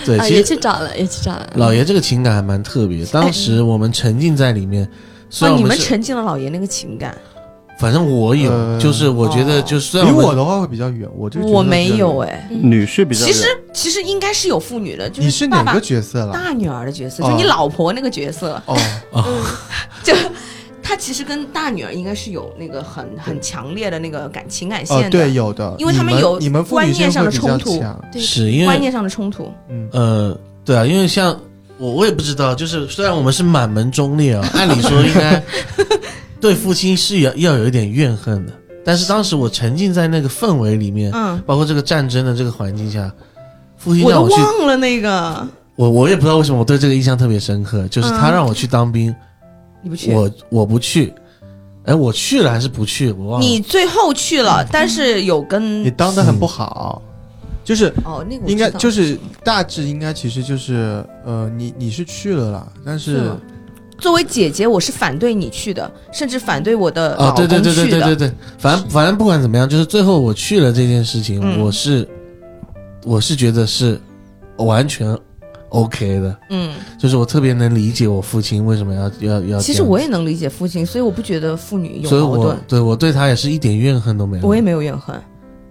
C: 对，
A: 啊，
C: 其
A: 也
C: 实
A: 去找了，也去找了。
C: 老爷这个情感还蛮特别，当时我们沉浸在里面，虽
D: 哦，
C: 然我
D: 你们
C: 是
D: 沉浸了老爷那个情感，
C: 反正我有，
E: 呃
C: 就是我觉得
D: 哦
C: 就是虽
E: 离
C: 然
E: 我
C: 我
E: 的话会比较远，我这个角色
D: 我没有
E: 比较远。
D: 哎。
A: 嗯
F: 女婿比较
D: 其
F: 远
D: 实其实应该是有妇女的，就
E: 你是
D: 爸
E: 哪
D: 爸
E: 个角色了？
D: 大女儿的角色，
E: 哦
D: 就你老婆那个角色，
E: 哦，
D: 就她其实跟大女儿应该是有那个很很强烈的那个感情感线
E: 哦，
D: 的，
E: 对，有的，
D: 因为他
E: 你
D: 们
E: 们
D: 有
E: 你们父女性会比较
D: 观念上的冲突
E: 强，
A: 对
C: 是因
D: 观
C: 为
D: 念上的冲突。
E: 嗯，
C: 呃，对啊，因为像我我也不知道，就是虽然我们是满门忠烈啊，按理说应该 对父亲是要要有一点怨恨的，但是当时我沉浸在那个氛围里面，
D: 嗯，
C: 包括这个战争的这个环境下，父亲
D: 我
C: 让
D: 都
C: 我去，
D: 忘了那个，
C: 我我也不知道为什么我对这个印象特别深刻，就是他
D: 嗯
C: 让我去当兵，
D: 你不去，
C: 我我不去，哎，我去了还是不去，我忘了。
D: 你最后去了，但是有跟
E: 你当的很不好，就是
D: 哦那个嗯我
E: 应该
D: 知道
E: 就是大致应该其实就是呃，你你是去了啦，但
D: 是
E: 是
D: 吗作为姐姐，我是反对你去的，甚至反对我的
C: 啊
D: 老，公
C: 对
D: 去
C: 对
D: 的。
C: 对对对对对，反正反正不管怎么样，就是最后我去了这件事情，
D: 嗯
C: 我是我是觉得是完全 OK 的，
D: 嗯，
C: 就是我特别能理解我父亲为什么要要要。
D: 其实我也，能理解父亲，所以我不觉得父女有
C: 所以
D: 矛
C: 我
D: 盾，
C: 对我对他也是一点怨恨都没有，
D: 我也没有怨恨，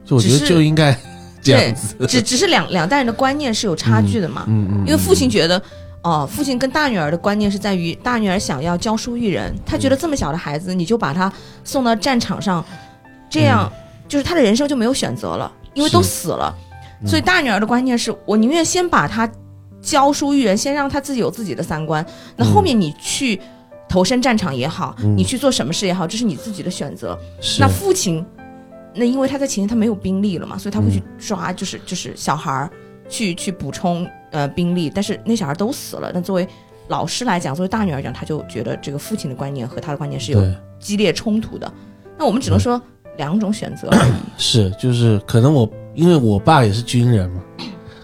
C: 就我觉得
D: 只是
C: 就应该这样子，
D: 只只是两两代人的观念是有差距的嘛。
C: 嗯嗯，
D: 因为父亲觉得，哦，父亲跟大女儿的观念是在于，大女儿想要教书育人，他
C: 嗯
D: 觉得这么小的孩子，你就把他送到战场上，这样、就是他的人生就没有选择了，因为都
C: 嗯是
D: 死了。
C: 嗯
D: 所以大女儿的观念是我宁愿先把他教书育人，先让他自己有自己的三观，那后面你去。投身战场也好，
C: 嗯
D: 你去做什么事也好，这是你自己的选择。
C: 是
D: 那父亲，那因为他在前线他没有兵力了嘛，所以他会去
F: 嗯
D: 抓，就是、就是小孩儿去去补充呃兵力，但是那小孩都死了。那作为老师来讲，作为大女儿讲，他就觉得这个父亲的观念和他的观念是有
C: 对
D: 激烈冲突的。那我们只能说两种选择而已。
C: 是就是可能我因为我爸也是军人嘛，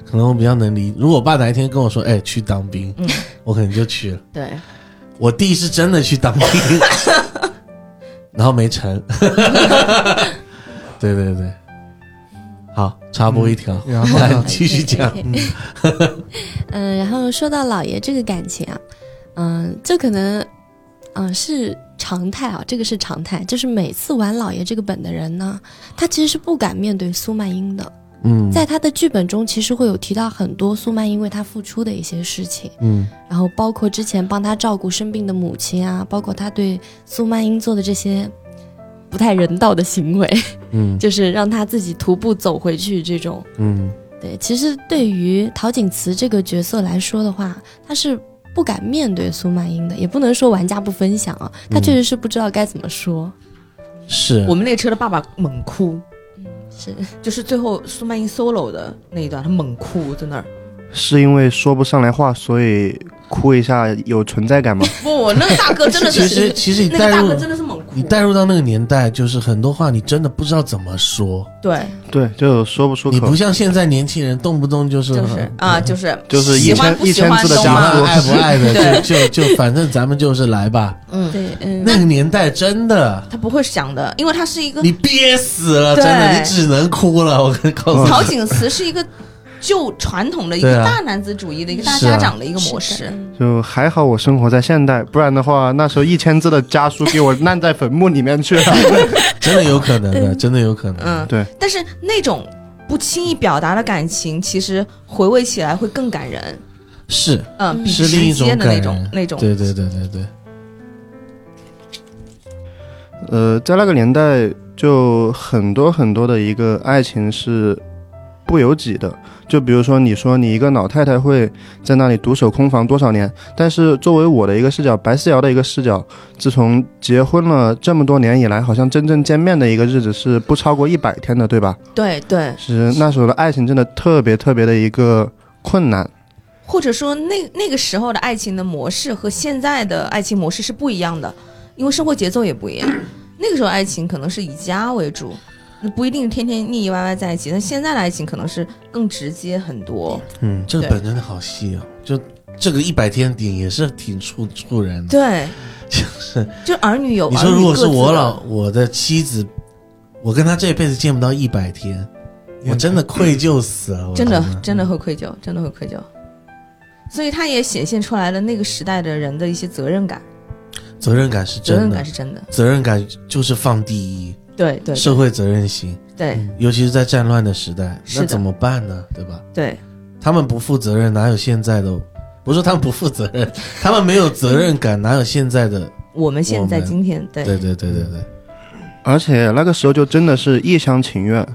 C: 可能我比较能理。如果我爸哪一天跟我说，哎，去当兵，
D: 嗯
C: 我可能就去了。
D: 对，
C: 我弟是真的去当 兵，然后没成。 对对对，好，插播一条，
E: 然后
C: 来，
E: 呢
C: 继续讲。
E: 嗯，
A: 嗯，然后说到姥爷这个感情啊，嗯，就可能，嗯、是常态啊，这个是常态，就是每次玩姥爷这个本的人呢，他其实是不敢面对苏曼英的，
C: 嗯，
A: 在他的剧本中其实会有提到很多苏曼英为他付出的一些事情，
C: 嗯
A: 然后包括之前帮他照顾生病的母亲啊，包括他对苏曼英做的这些不太人道的行为，
C: 嗯
A: 就是让他自己徒步走回去这种。
C: 嗯
A: 对，其实对于陶景慈这个角色来说的话，他是不敢面对苏曼英的，也不能说玩家不分享啊，
F: 嗯
A: 他确实是不知道该怎么说。
C: 是
D: 我们列车的爸爸猛哭，
A: 是，
D: 就是最后苏曼英 solo 的那一段，他猛哭在那儿。
F: 是因为说不上来话，所以哭一下有存在感吗？
D: 不，那个大哥真的
C: 其
D: 是，
C: 实其实你
D: 那
C: 带
D: 个大
C: 入
D: 哥真的是猛哭
C: 你。带入到那个年代，就是很多话你真的不知道怎么说，
D: 对，
F: 对，就说不出
C: 你
F: 口
C: 不，像现在年轻人动不动就是
D: 就是啊，就是
F: 嗯就是
D: 喜
F: 一
D: 欢
F: 千一
D: 不喜
F: 千
D: 欢哎
F: 字的
D: 都
C: 喜
F: 家
D: 骂
C: 欢
F: 伙，
C: 爱不爱的，
D: 对
C: 就就就反正咱们就是来吧。
D: 嗯，
A: 对，嗯，
C: 那个年代真的。
D: 他不会想的，因为他是一个
C: 你憋死了，真
D: 对
C: 的，你只能哭了。我跟你告诉你，
D: 曹景慈是一个就传统的一
C: 哦对
D: 个
C: 啊
D: 大男子主义的一个大
C: 是啊
D: 家长的一个
A: 是
D: 模
A: 的
D: 式。
A: 嗯
F: 就还好我生活在现代，不然的话，那时候一千字的家书给我 烂在坟墓里面去了。
C: 真的有可能的，真的有可能。
D: 嗯，
F: 对。
D: 但是那种不轻易表达的感情，其实回味起来会更感人。
C: 是
D: 嗯，比
C: 是另一
D: 直
C: 种
D: 接的那
C: 感
D: 种
C: 人
D: 那种。
C: 对对对对对，
F: 呃，在那个年代，就很多很多的一个爱情是不由己的。就比如说，你说你一个老太太会在那里独守空房多少年，但是作为我的一个视角，白思瑶的一个视角，自从结婚了这么多年以来，好像真正见面的一个日子是不超过一百天的，对吧？
D: 对对
F: 其实那时候的爱情真的特别特别的一个困难。
D: 或者说那那个时候的爱情的模式和现在的爱情模式是不一样的，因为生活节奏也不一样。那个时候爱情可能是以家为主，不一定天天腻腻歪歪在一起，但现在的爱情可能是更直接很多。
F: 嗯，
C: 这个
D: 对
C: 本真的好细哦，就这个一百天顶也是挺触触人的。
D: 对，
C: 就是
D: 就儿女有
C: 你
D: 儿
C: 说，
D: 女
C: 如果
D: 各
C: 是
D: 自
C: 我
D: 的
C: 老我的妻子，我跟她这辈子见不到一百天，我真的愧疚死了，我
D: 真的
C: 天哪
D: 真的会愧疚，真的会愧疚。所以它也显现出来了那个时代的人的一些责任感，
C: 责任感是
D: 责任
C: 真
D: 感
C: 的
D: 是，真的。
C: 责任感就是放第一，
D: 对对
C: 社会责任心，
D: 对
C: 尤其是在战乱的时代，
D: 是
C: 那
D: 的
C: 怎么办呢？对吧？
D: 对，
C: 他们不负责任，哪有现在的？不是说他们不负责任，他们没有责任感，哪有现在的？
D: 我们现在
C: 我们
D: 今天对
C: 对对对对对，
F: 而且那个时候就真的是一厢情愿，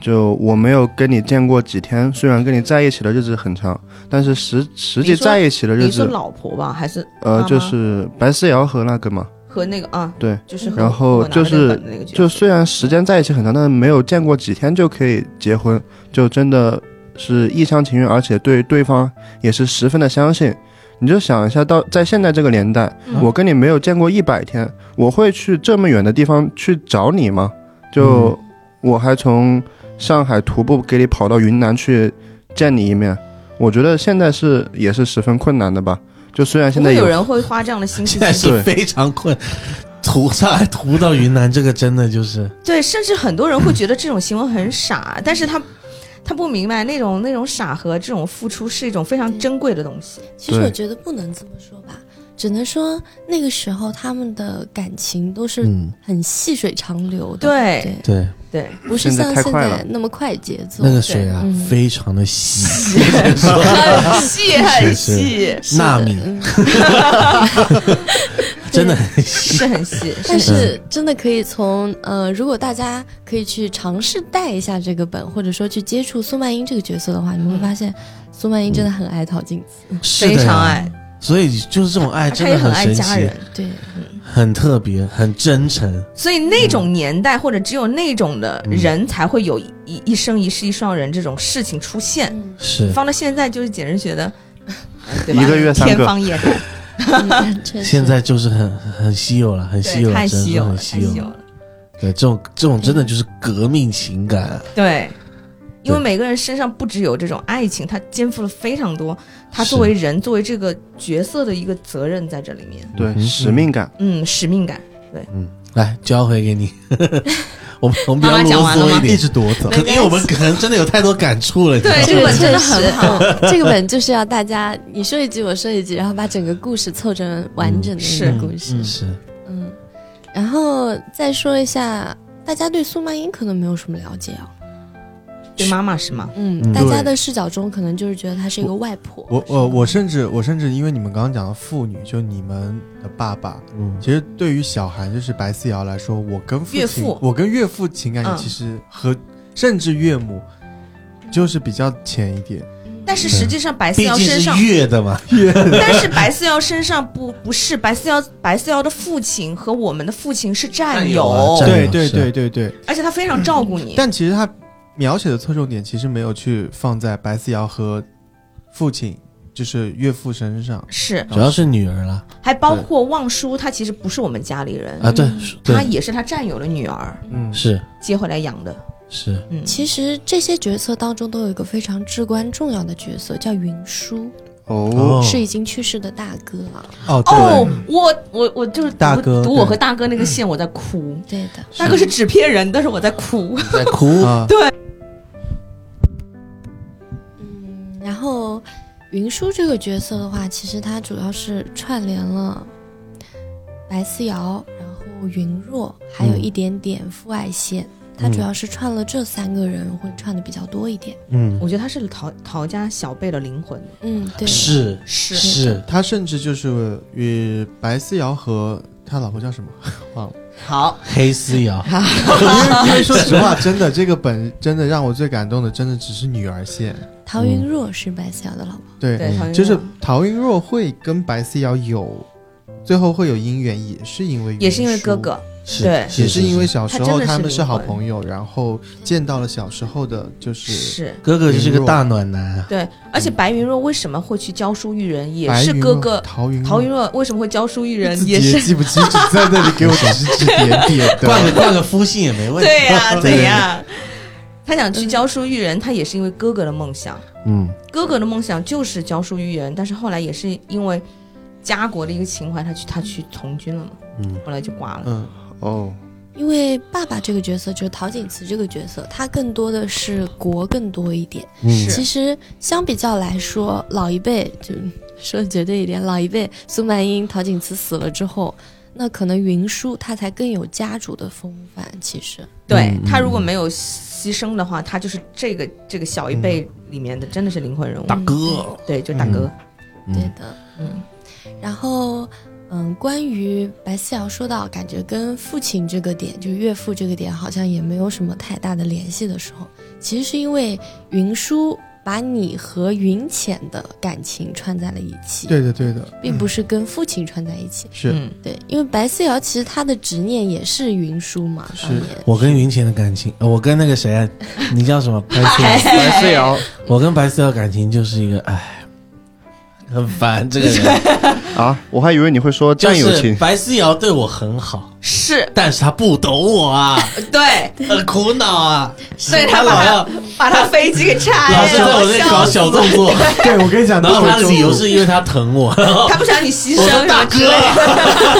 F: 就我没有跟你见过几天，虽然跟你在一起的日子很长，但是实实际
D: 你说
F: 在一起的日
D: 你说
F: 子，
D: 老婆吧，还是妈
F: 呃，
D: 妈
F: 就是白思瑶和那个嘛，
D: 和那个啊，
F: 对，
D: 就是和
F: 然后
D: 我拿
F: 就
D: 了
F: 是
D: 那本的那个角
F: 就
D: 色
F: 虽然时间在一起很长，但是没有见过几天就可以结婚，就真的是一厢情愿，而且对对方也是十分的相信。你就想一下，到在现在这个年代，
D: 嗯
F: 我跟你没有见过一百天，我会去这么远的地方去找你吗？就、
D: 嗯
F: 我还从上海徒步给你跑到云南去见你一面，我觉得现在是也是十分困难的吧。就虽然现
D: 不
F: 在
D: 会有
F: 有
D: 人会花这样的心思
C: 现在
D: 去
C: 是非常困，途上海途到云南，这个真的就是
D: 对，甚至很多人会觉得这种行为很傻，但是他他不明白那种那种傻和这种付出是一种非常珍贵的东西。
A: 其实我
F: 对
A: 觉得不能这么说吧，只能说那个时候他们的感情都是
C: 嗯，
A: 很细水长流的，
D: 对
A: 对，
C: 对，
D: 对，
A: 不是
F: 现在
A: 像
F: 太
A: 现
F: 快
A: 在
F: 了
A: 那么快节奏。
C: 那个水啊
A: 对嗯
C: 非常的细，
D: 很细很
C: 是
D: 细，
A: 是的
C: 纳米
A: 嗯
C: 真的很细。
D: 是很细，
A: 但
D: 是
A: 是真的可以从呃，如果大家可以去尝试带一下这个本，或者说去接触苏曼英这个角色的话，你们会发现苏曼英真的很爱套镜子。
C: 是
D: 非
C: 的呀
D: 常爱，
C: 所以就是这种爱
D: 他
C: 真
D: 也
C: 的
D: 很爱
C: 神
D: 家
C: 奇
D: 人，，
A: 对，
C: 很特别，很真诚。
D: 所以那种年代或者只有那种的
C: 嗯
D: 人才会有一一一生一世一双人这种事情出现。
A: 嗯，
C: 是，
D: 放到现在就是简直 觉得，哎对吧？
F: 一个月三个
D: 天方夜谭，
A: 嗯确实
C: 现在就是很很稀有了，很稀有
D: 对，
C: 了，
D: 太
C: 真的
D: 稀有了，
C: 很
D: 太
C: 稀
D: 稀
C: 有
D: 有
C: 了。
D: 了。
C: 对，这种这种真的就是革命情感，啊
D: 对，因为
C: 对
D: 每个人身上不只有这种爱情，他肩负了非常多，他
C: 是
D: 作为人作为这个角色的一个责任在这里面，
F: 对
C: 嗯
F: 使命感。
D: 嗯，使命感。
C: 来交回给你。 我们我们比较
D: 妈妈讲
C: 啰
D: 完了
C: 嗦
D: 吗
C: 一
E: 一
C: 点，
E: 直夺走
C: 可。能因为我们可能真的有太多感触了。你知道吗
A: 这
D: 这
A: 个
D: 本
A: 确
D: 真的
A: 实
D: 很好
A: 嗯 这个本就是要大家你说一句我说一句，然后把整个故事凑成完整的一个
D: 是
A: 故事。
C: 是
A: 嗯，然后再说一下，大家对苏曼英可能没有什么了解啊。
D: 对妈妈是吗？
A: 嗯，
C: 嗯
A: 大家
E: 对
A: 的视角中可能就是觉得她是一个外婆。
E: 我我我甚至我甚至因为你们刚刚讲的妇女，就你们的爸爸，
C: 嗯，
E: 其实对于小韩就是白思瑶来说，我跟父
D: 岳
E: 亲
D: 父
E: 我跟岳父情
D: 嗯
E: 感其实和、甚至岳母就是比较浅一点。
D: 但是实际上白思
C: 毕
D: 瑶
C: 竟
D: 身上
C: 是月的嘛，
D: 但是白思瑶身上不不是白思瑶，白思瑶的父亲和我们的父亲是战
E: 哎
C: 战友啊战友
E: 对对
C: 是
E: 对对对，
D: 而且他非常照顾你。
E: 但其实他描写的侧重点其实没有去放在白思瑶和父亲，就是岳父身上。
D: 是，
C: 主要是女儿啦
D: 还包括望叔，他其实不是我们家里人，
C: 啊，对
D: 他
C: 对
D: 也是他战友的女儿
E: 嗯，
C: 是
D: 接回来养的。
C: 是
D: 嗯，
A: 其实这些角色当中都有一个非常至关重要的角色，叫云舒，
F: 哦，
A: 是已经去世的大哥啊。
E: 哦
D: 哦，我我我就是读
E: 大哥
D: 读我
E: 对嗯
D: 和大哥那个线，我在哭。
A: 对的，
D: 大哥是纸片人，但是我在哭。
C: 在哎哭
E: 对啊，
A: 嗯，然后云舒这个角色的话，其实他主要是串联了白思瑶，然后云若，还有一点点傅爱线。他主要是串了这三个人，会串的比较多一点。
C: 嗯
D: 我觉得他是陶陶家小辈的灵魂，
A: 嗯，对，
C: 是
D: 是
C: 是
E: 他甚至就是与白思瑶和他老婆叫 什么？忘了。
D: 好，
C: 黑思瑶，
E: 因为因为说实话，真的这个本真的让我最感动的，真的只是女儿线。
A: 陶云若是白思瑶的老婆。
E: 对，
D: 对，陶渊
E: 就是
D: 明
E: 陶云若会跟白思瑶有，最后会有姻缘，也是因为
D: 也是因为
E: 云舒
D: 哥哥，
C: 是
D: 对
E: 也是因为小时
D: 他真
E: 候
D: 的是
E: 他们是
D: 灵魂
E: 好朋友，然后见到了小时候的，就是
D: 是
C: 哥哥就是个大暖男啊，
D: 对，而且白云若为什么会去教书育人，也
E: 白
D: 是
E: 云
D: 哥
E: 若
D: 哥
E: 陶
C: 嗯
E: 云啊
D: 陶云若为什么会教书育人
E: 自，己
D: 也是
E: 记不清楚，在那里给我指指点点
C: 灌个
E: 的。
C: 灌个夫姓也没问题。啊
D: 对啊 呀、
C: 对
D: 对呀、他想去教书育人，他也是因为哥哥的梦想。
F: 嗯，
D: 哥哥的梦想就是教书育人，但是后来也是因为家国的一个情怀，他去他去从军了嘛，
F: 嗯，
D: 后来就挂了。
E: 嗯，
F: 哦，
A: 因为爸爸这个角色就是陶景慈这个角色，他更多的是国更多一点。
C: 嗯
D: 是
A: 其实相比较来说，老一辈就说绝对一点，老一辈苏曼英、陶景慈死了之后，那可能云舒他才更有家主的风范。其实，
D: 对他如果没有牺牲的话，他就是这个这个小一辈里面的真的是灵魂人物。
C: 大哥，嗯
D: 对，就大哥。
A: 对
F: 嗯，
A: 的。
D: 嗯，
A: 然后，嗯，关于白思瑶说到，感觉跟父亲这个点，就岳父这个点，好像也没有什么太大的联系的时候，其实是因为云舒把你和云浅的感情串在了一起，
E: 对的嗯对的，
A: 并不是跟父亲串在一起。
E: 是
D: 嗯
A: 对，因为白思瑶其实她的执念也是云舒嘛，
E: 是
A: 当年
C: 我跟云浅的感情，呃我跟那个谁啊，你叫什么？白思瑶，
F: 白思瑶
C: 我跟白思瑶感情就是一个，哎，很烦这个人。
F: 啊，我还以为你会说
C: 就
F: 战友
C: 是
F: 情，
C: 白思瑶对我很好，
D: 是
C: 但是她不懂我啊，
D: 对，
C: 很苦恼啊，
D: 所以
C: 她
D: 他
C: 老
D: 把
C: 要
D: 他把他飞机给拆了，
C: 老是在我这
D: 笑
C: 里搞
D: 死
C: 小动
D: 了，
C: 作，
E: 对我跟你 讲，
C: 然
E: 那
C: 后
E: 我
C: 她的
E: 中
C: 理由
E: 午
C: 是因为她疼我，然后
D: 他不想你牺牲
C: 我
D: 什
C: 说大
D: 么之类的，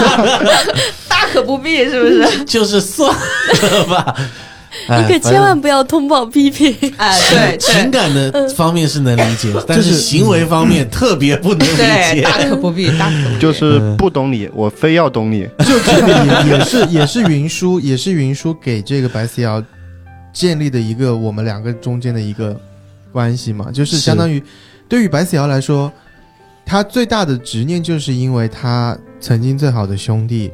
C: 哥
D: 大可不必，是不 是？
C: 就是算了吧，哎
A: 你可千万不要通报批评。
D: 哎，对
C: 反正情情
D: 对
C: 感的方面是能理解，但是
E: 就是
C: 行为方面特别不能理
D: 对，
C: 解。
D: 大可不必，大可不必。
F: 就是不懂你，我非要懂你，
E: 就这里也是也是云舒，也是云舒给这个白思瑶建立的一个我们两个中间的一个关系嘛，就是
C: 是
E: 相当于对于白思瑶来说，她最大的执念就是因为她曾经最好的兄弟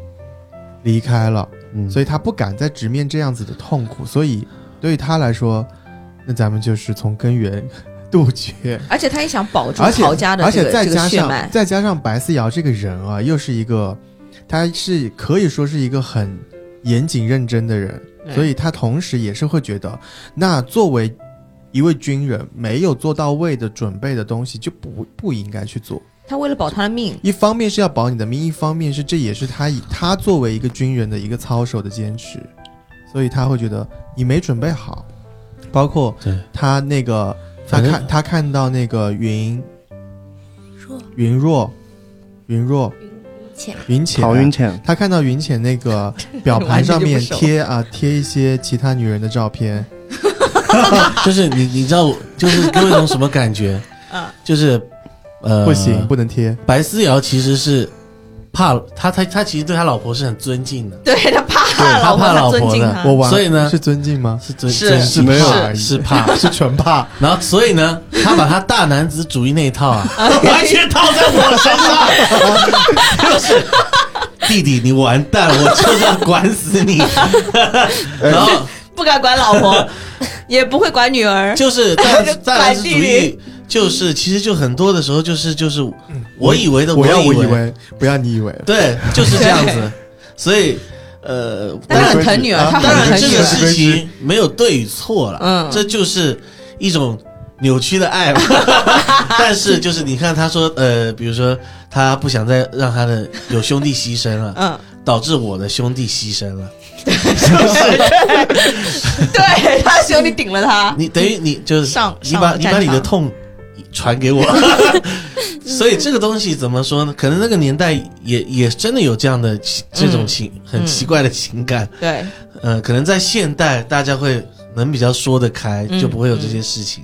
E: 离开了，
F: 嗯，
E: 所
F: 以
E: 以她不敢再直面这样子的痛苦，所以对于她来说，那咱们就是从根源 杜绝。
D: 而且他也想保住
E: 而且
D: 曹家的
E: 而
D: 这
E: 且
D: 个
E: 再
D: 这个
E: 加
D: 血
E: 上、
D: 脉，
E: 再加上白思瑶这个人啊，又是一个，他是可以说是一个很严谨认真的人，
D: 对
E: 所以他同时也是会觉得，那作为一位军人，没有做到位的准备的东西就不不应该去做。
D: 他为了保他的命，
E: 一方面是要保你的命，一方面是这也是他以他作为一个军人的一个操守的坚持，所以他会觉得你没准备好，包括
C: 对
E: 他那个他
C: 反正
E: 看他看到那个云
A: 若
E: 云若，云若，
A: 云浅，
E: 云浅，啊
F: 陶云。浅，
E: 他看到云浅那 个表盘上面贴啊贴一些其他女人的照片，
C: 就是你你知道我，就是给我一种什么感觉？
D: 啊，
C: 就是呃，
E: 不行，不能贴。
C: 白思瑶其实是怕他，他他其实对他老婆是很尊敬的，
D: 对他怕
C: 对他
D: 老婆，
C: 怕老婆
D: 尊敬
C: 的
A: 啊
D: 他，
E: 我玩，
C: 所以呢
E: 是尊敬吗？
C: 是尊
D: 是
C: 尊
E: 是
C: 敬
E: 没有啊
C: 是是怕。
E: 是纯怕。
C: 然后所以呢，他把他大男子主义那一套啊，完全套在我身上， 就是。弟弟，你完蛋！我就是要管死你。 然后
D: 不敢管老 婆，也不会管女 儿，
C: 就是大男子大男子主
D: 管弟
C: 义，就是其实就很多的时候就是就是我以为的，
E: 我要
C: 以
E: 我以为，不要你以为。
C: 对，就是这样 子。所以，呃，
D: 但
C: 当然
D: 是很疼女儿，
E: 啊
D: 他
C: 当然
D: 很疼
C: 这
D: 女
C: 个
D: 儿，
C: 事情没有对与错了，
D: 嗯
C: 这就是一种扭曲的 爱嘛。但是就是你看他说，呃，比如说他不想再让他的有兄弟牺牲了，
D: 嗯，
C: 导致我的兄弟牺牲了。
D: 对他兄 弟顶了他，
C: 你等于你就是
D: 啊上
C: 你把
D: 上
C: 你把
D: 战
C: 你的
D: 场
C: 痛传给 我，所以这个东西怎么说呢？可能那个年代也也真的有这样的情这
D: 嗯
C: 种情、很奇怪的情感，
D: 对，
C: 呃，可能在现代大家会能比较说得开，
D: 嗯
C: 就不会有这些事情。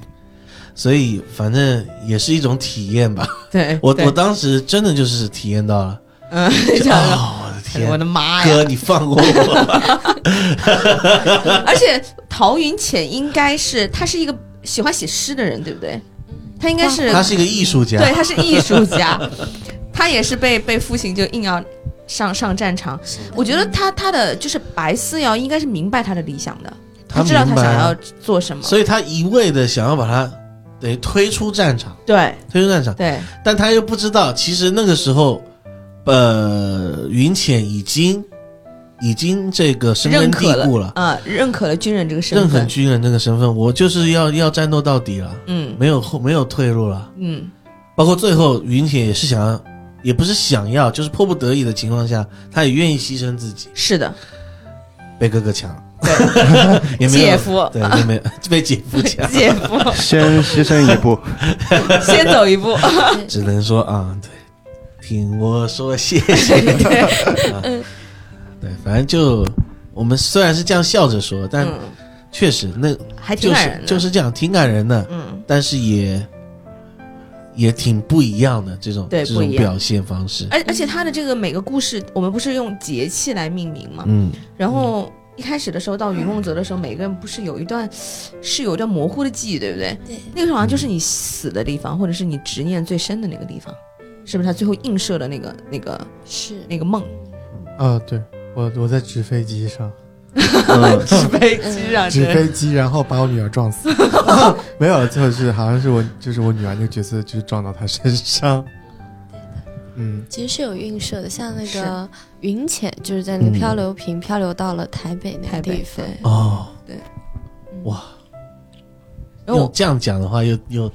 C: 所以反正也是一种体验 吧。
D: 对
C: 我
D: 对
C: 我当时真的就是体验到了，
D: 嗯，
C: 就
D: 这样的
C: 哦，我的天，
D: 我的妈呀！
C: 哥，你放过我 吧。
D: 而且陶云浅应该是他是一个喜欢写诗的人，对不对？他应该是
C: 他是一个艺术家，
D: 对，他是艺术家， 他也是被被父亲就硬要上上战场。我觉得他他的就是白思瑶应该是明白他的理想的，
C: 他
D: 知道他
C: 明白
D: 想
C: 啊
D: 要做什么。
C: 所以他一味的想要把他等于推出战场，
D: 对
C: 推出战场，
D: 对，
C: 但他又不知道，其实那个时候，呃，云浅已经已经这个深根
D: 认
C: 蒂
D: 可了
C: 固了，
D: 啊，认可了军人这个身
C: 认可
D: 份，
C: 军人这个身份，我就是要要战斗到底了，
D: 嗯
C: 没有后没有退路了。
D: 嗯
C: 包括最后云铁也是想要，也不是想要，就是迫不得已的情况下，他也愿意牺牲自己，
D: 是的，
C: 被哥哥抢了，
D: 对，
C: 也没有
D: 姐夫，
C: 对，也没有 被姐夫抢，
D: 姐夫，
F: 先牺牲一 步，
D: 先走一步，
C: 只能说啊，对，听我说谢谢。啊
D: 对，嗯
C: 对，反正就我们虽然是这样笑着说， 但
D: 嗯，
C: 确实那
D: 还挺
C: 就
D: 感人
C: 是
D: 的，
C: 就是这样，挺感人的，
D: 嗯，
C: 但是也也挺不一样的这种
D: 对
C: 这
D: 不
C: 种
D: 一样
C: 表现方式。
D: 而而且他的这个每个故事，我们不是用节气来命名吗？
C: 嗯，
D: 然后一开始的时候到云梦泽的时候，每个人不是有一段是有一段模糊的记忆，对不对？
G: 对
D: 那个时候好像就是你死的地方，或者是你执念最深的那个地方，是不是？他最后映射的那个那个
G: 是
D: 那个梦，
E: 啊，对我我在纸飞机上，
A: 啊
F: 嗯，
D: 纸飞机
C: 嗯
D: 上
C: 啊
E: 纸飞机，然后把我女儿撞死， 没有，就是好像是我就是我女儿那个角色就是撞到她身上，嗯，
A: 其实是有映射的，像那
D: 是
A: 个云浅就是在那个
C: 嗯
A: 漂流瓶、漂流到了台北那
D: 台
A: 个
D: 北
A: 地方，
D: 对
C: 哦，
D: 对，
C: 哇，
D: 然后
C: 用这样讲的话，又又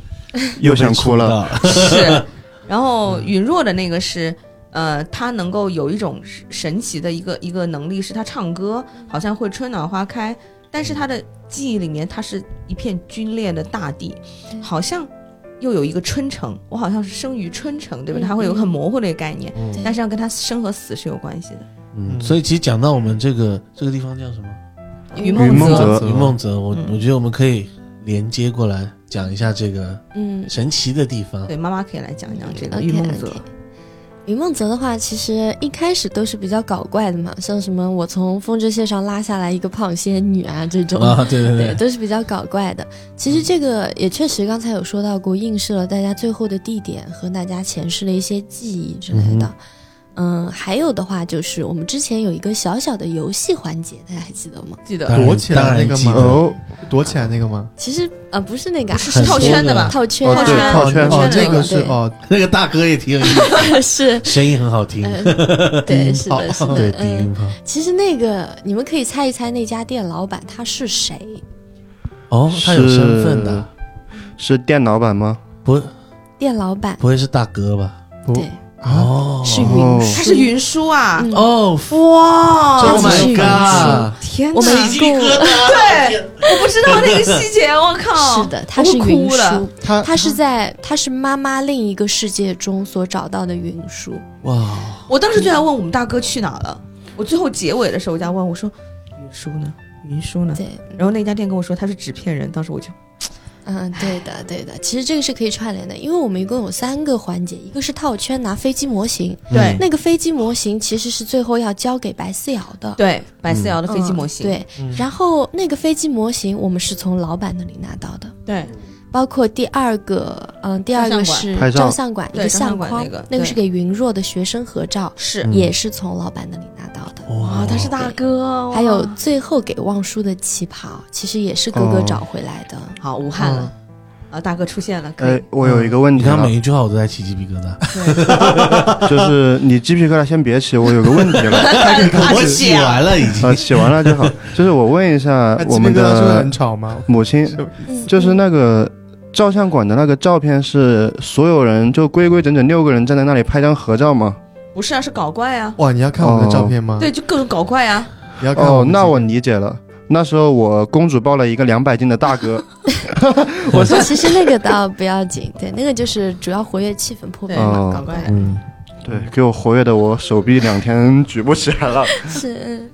F: 又想哭了。
C: 了，
D: 我 是，然后
A: 嗯
D: 云若的那个是。呃，他能够有一种神奇的一个一个能力，是他唱歌好像会春暖花开，但是他的记忆里面，它是一片皲裂的大地，
A: 嗯
D: 好像又有一个春城，我好像是生于春城，对吧？
A: 嗯
D: 它会有很模糊的一个概念，
C: 嗯
D: 但是要跟他生和死是有关系的。
C: 嗯，所以其实讲到我们这个这个地方叫什么
A: 哦
D: 云
F: 梦
D: 梦
F: 泽
C: 云梦泽，我
D: 嗯
C: 我觉得我们可以连接过来讲一下这个
A: 嗯，
C: 神奇的地方。
D: 对，妈妈可以来讲一讲这个
A: OK，
D: 云梦泽
A: OK 云梦泽的话，其实一开始都是比较搞怪的嘛，像什么我从风之线上拉下来一个胖仙女啊这种，
C: 啊，对对
A: 对，，都是比较搞怪的。其实这个也确实刚才有说到过，映射了大家最后的地点和大家前世的一些记忆之类的。嗯还有的话就是我们之前有一个小小的游戏环节，大家还记得吗？
D: 记
C: 当
D: 得
C: 然
E: 躲起来那个
C: 当然记得
E: 吗？
F: 哦，
E: 躲起来那个吗？
A: 其实啊、不是那个啊，
D: 是套圈的 吧？
A: 套圈
F: 哦
A: 啊，
F: 对
D: 圈
F: 套圈
E: 哦，
D: 圈
E: 那个
A: 那
E: 是
A: 个
E: 哦，
C: 那个大哥也挺有意思，
A: 是，
C: 声音很好听，
A: 嗯，对，是的，是的，
C: 对低
A: 嗯。
C: 音炮。
A: 其实那个你们可以猜一猜那家店老板他是谁？
C: 哦，他有身份
F: 是
C: 的，
F: 是店老板吗？
C: 不
A: 店老板
C: 不会是大哥吧？
E: 不
A: 对
E: 啊，
C: 哦
A: 是云
F: 哦
A: 舒，
D: 他是云舒啊！
A: 嗯
C: 哦
D: 哇，
C: ，Oh
A: 这是
C: my
A: 云
C: god！
D: 天哪！
A: 我们一共
D: 对，我不知道那个细节，我靠！
A: 是的，他是
D: 哦我
A: 云
D: 哭了
A: 舒。
E: 他
A: 他是在他是妈妈另一个世界中所找到的云舒，
C: 哇，
D: 我当时就在问我们大哥去哪了。我最后结尾的时候，我就在问我说：“云舒呢？云舒呢
A: 对，？”
D: 然后那家店跟我说他是纸片人，当时我就
A: 嗯，对的，对的。其实这个是可以串联的，因为我们一共有三个环节，一个是套圈拿飞机模型，
C: 嗯
D: 对
A: 那个飞机模型其实是最后要交给白思瑶的。
D: 对白思瑶的
A: 嗯
D: 飞机模型，
A: 对，然后那个飞机模型我们是从老板那里拿到的，
D: 对
C: 嗯
A: 包括第二个，嗯，第二个是
F: 拍照
A: 照相馆一
D: 对
A: 个
D: 照
A: 相
D: 相馆
A: 框
D: 那个，
A: 那个是
D: 对
A: 给云若的学生合照，
D: 是
C: 嗯
A: 也是从老板那里拿到的。
D: 哇，哦他是大哥，哇
A: 还有最后给望舒的旗袍，其实也是哥哥找回来的。
D: 好武汉了
C: 嗯
D: 啊，大哥出现了，可
F: 哎
D: 以，
F: 我有一个问
C: 你
F: 题
C: 看
F: 啊，
C: 每一句话我都在起鸡皮疙瘩，
F: 就是你鸡皮疙瘩先别起，我有个问题 了，
C: 我起完了 已经
F: 啊，。起完了就好。就是我问一下
E: 哎
F: 啊我们
E: 这边跟他说
F: 的
E: 很吵吗？
F: 母亲，
E: 是
A: 嗯
F: 就是那个照相馆的那个照片是所有人就规规整整六个人站在那里拍张合照吗？
D: 不是啊，是搞怪啊，
E: 哇，你要看我们的照
C: 嗯
E: 片吗？
D: 对，，就各种搞怪啊，
E: 你要看
F: 哦，
E: 们
F: 那
E: 这个
F: 我理解了。那时候我公主抱了一个两百斤的大哥，
A: 我说其实那个倒不要紧，对，那个就是主要活跃气氛破
D: 对，
A: 冰
F: 哦
A: 嘛。
D: 搞怪。
C: 嗯，
F: 对，给我活跃的我手臂两天举不起来 了。
A: 是，嗯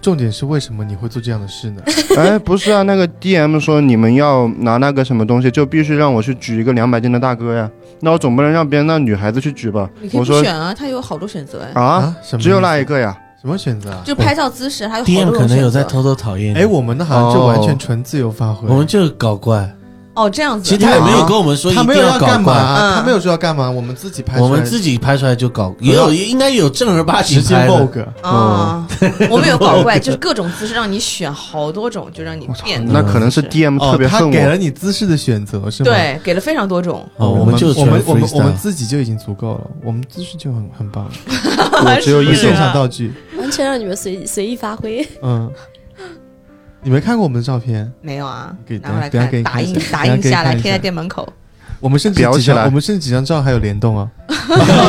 E: 重点是为什么你会做这样的事呢？
F: 哎，不是啊，那个 DM 说你们要拿那个什么东西，就必须让我去举一个两百斤的大哥呀。那我总不能让别人让女孩子去举吧
D: 你？可以
F: 我
D: 不
F: 说
D: 选啊，他有好多选择哎，
F: 啊，，
E: 什么？
F: 只有那一个呀。
E: 什么选择啊？
D: 就拍照姿势，还有好
C: DM
D: 多
C: 可
D: 种
C: 能有
D: 选
C: 在
D: 择。
C: 偷偷讨厌你。
E: 哎，我们的好像就完
F: 哦
E: 全纯自由发挥，
C: 我们就是搞怪，
D: 哦，这样子，
C: 其实他也没有跟我们说一
E: 他没
C: 定
E: 有要
C: 搞
E: 干嘛
C: 怪，
E: 啊，
D: 嗯
E: 他没有说要干嘛，我们自己拍出来，
C: 我们自己拍出来就搞，也有也应该有正儿八
E: 直
C: 经
E: 接
C: 拍的。
E: vogue。
D: 啊，我们有搞怪，就是各种姿势让你选好多种，就让你
F: 我操
D: 变，。
F: 那可能是 DM 特
E: 哦，
F: 别
E: 他
F: 恨
E: 给
F: 我。
E: 了你姿势的选择是吗？。
D: 对，给了非常多种，
C: 哦，
E: 我
C: 们就
E: 我们
C: 全
E: 我们
C: freestyle
E: 我们自己就已经足够了，我们姿势就很很棒了，
F: 我只有一种
E: 现
D: 是啊
E: 场道具，
A: 完完全让你们随随意发 挥。
E: 嗯，你没看过我们的照片，
D: 没有啊
E: 给，
D: 拿过来
E: 等下给
D: 看，
E: 你
D: 打
E: 看一下等
D: 印打
E: 下
D: 印
E: 给你
D: 下来
E: 看一
D: 贴在
E: 下
D: 店门口。
E: 我们甚至
F: 裱
E: 几
F: 起
E: 张
F: 来
E: 我们甚至几张照还有联 动啊，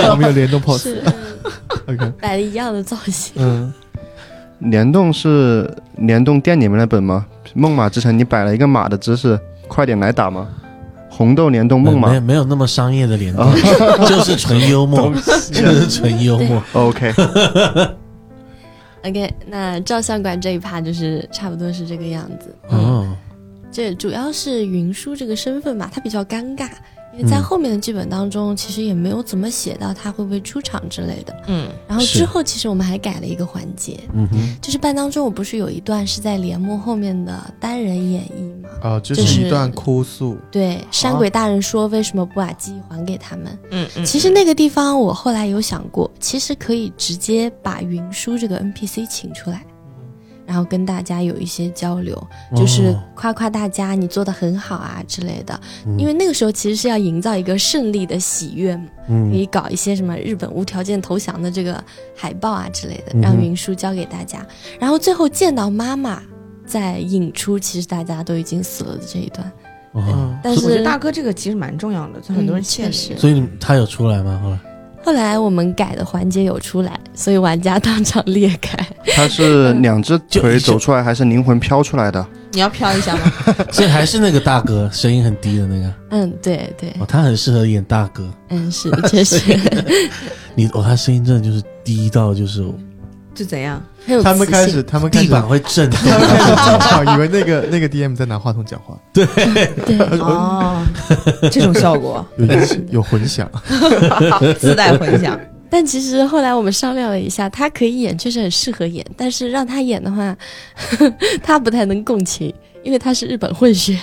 E: 我们有联动 pose。
A: 是
E: OK，
A: 摆了一样的造型，
E: 嗯，
F: 联动是联动店里面的本吗？梦马之城，你摆了一个马的姿势，快点来打吗？红豆联动梦马
C: 没没有那么商业的联动，
E: 哦
C: 就是纯幽 默，
E: 啊
C: 就是纯幽默。
F: ，OK，
A: OK，那照相馆这一趴就是差不多是这个样子。嗯，
C: 哦，
A: 这主要是云舒这个身份吧，他比较尴尬，因为在
C: 嗯
A: 后面的剧本当中，其实也没有怎么写到他会不会出场之类的。
D: 嗯
A: 然后
C: 是
A: 之后，其实我们还改了一个环节，
C: 嗯哼，
A: 就是半当中我不是有一段是在帘幕后面的单人演绎吗？
E: 啊，这
A: 就是是
E: 一段哭诉，
A: 对，山鬼大人说为什么不把记忆还给他们？
D: 嗯嗯，
A: 其实那个地方我后来有想过，其实可以直接把云舒这个 NPC 请出来，然后跟大家有一些交流，嗯就是
C: 哦
A: 夸夸大家你做的很好啊之类的。因为那个时候其实是要营造一个胜利的喜悦嘛，
E: 嗯
C: 嗯
A: 可以搞一些什么日本无条件投降的这个海报啊之类的，让云舒交给大家。
E: 嗯
A: 然后最后见到妈妈，再引出其实大家都已经死了的这一段，
C: 哦，
A: 嗯但
D: 我觉
A: 是嗯
D: 得大哥这个其实蛮重要的，所以很多人欠
A: 确
D: 着
A: 实。
C: 所以你他有出来吗？后来
A: 后来我们改的环节有出来，所以玩家当场裂开。
F: 它是两只
C: 就
F: 腿走出来还是灵魂飘出来的？
D: 你要飘一下 吗？
C: 所以还是那个大哥，声音很低的那个。
A: 嗯，对对，
C: 哦，他很适合演大哥。
A: 嗯是，确 实
C: 你哦，他声音真的就是低到就是
D: 就怎样？
A: 很有
E: 他们
A: 磁
E: 开
A: 性
E: 始，他们开
C: 地
E: 始，
C: 板会震动。啊
E: 他们开始 争吵，以为那个那个 DM 在拿话筒讲话，呃
A: 对
D: 哦，这种效果
E: 有有 有混响，
D: 自带混响。
A: 但其实后来我们商量了一下，他可以演，确实很适合演，但是让他演的话， 他不太能共情，因为他是日本混血。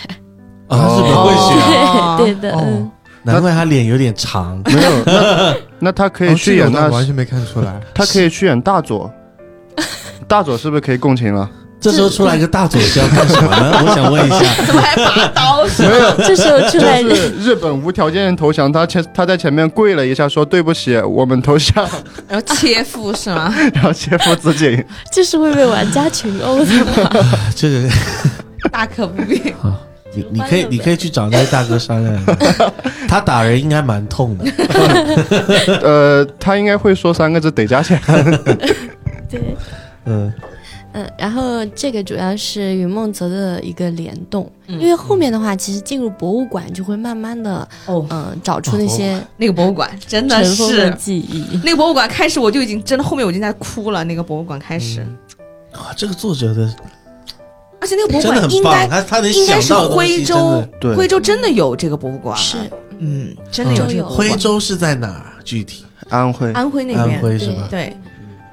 C: 啊，他是不会
D: 哦
C: 学，
E: 啊
A: 对
E: 哦
A: 对的，嗯，
C: 难怪他脸有点长。
F: 没有， 那那他可以
E: 哦
F: 去
E: 这个
F: 演
E: 我倒
F: 那，
E: 完全没看出来。
F: 他可以去演大佐，大佐是不是可以共情了？
C: 这时候出来一个大嘴是要干什么 呢？我想问一下，
D: 怎么还拔刀？
A: 这时候出
F: 就
A: 来
F: 是日本无条件投降，他前他在前面跪了一下，说对不起，我们投降，
D: 然后切腹是吗？
F: 然后切腹自尽。
A: 这是会被玩家群殴的 吧？
C: 这个
D: 大可不必。
C: 你你可以你可以去找那个大哥商量一下， 他打人应该蛮痛的。
F: 呃，他应该会说三个字得加钱。
A: 对，
C: 嗯，
A: 嗯，然后这个主要是云梦泽的一个联动，
F: 嗯
A: 因为后面的话，其实进入博物馆就会慢慢的，
D: 哦
A: 嗯、找出那
F: 哦
A: 些
D: 那个博物馆真的
A: 尘封的
D: 是，
A: 记忆。
D: 那个博物馆开始我就已经真的后面我已经在哭了。那个博物馆开始，
C: 啊，这个作者的
D: 而且那个博物
C: 真的
D: 馆
C: 很
D: 应
C: 棒，
D: 该
C: 他他能
D: 应该
C: 想
D: 是
C: 到的东
D: 徽
C: 西真的
D: 州。，
F: 对
D: 徽州真的有这个博物馆，
A: 是，
D: 嗯，真的有这个博物
C: 徽
D: 馆，
C: 州是在哪儿？具体
F: 安徽
D: 安徽那
C: 安
D: 边，
C: 徽是吧？
D: 对，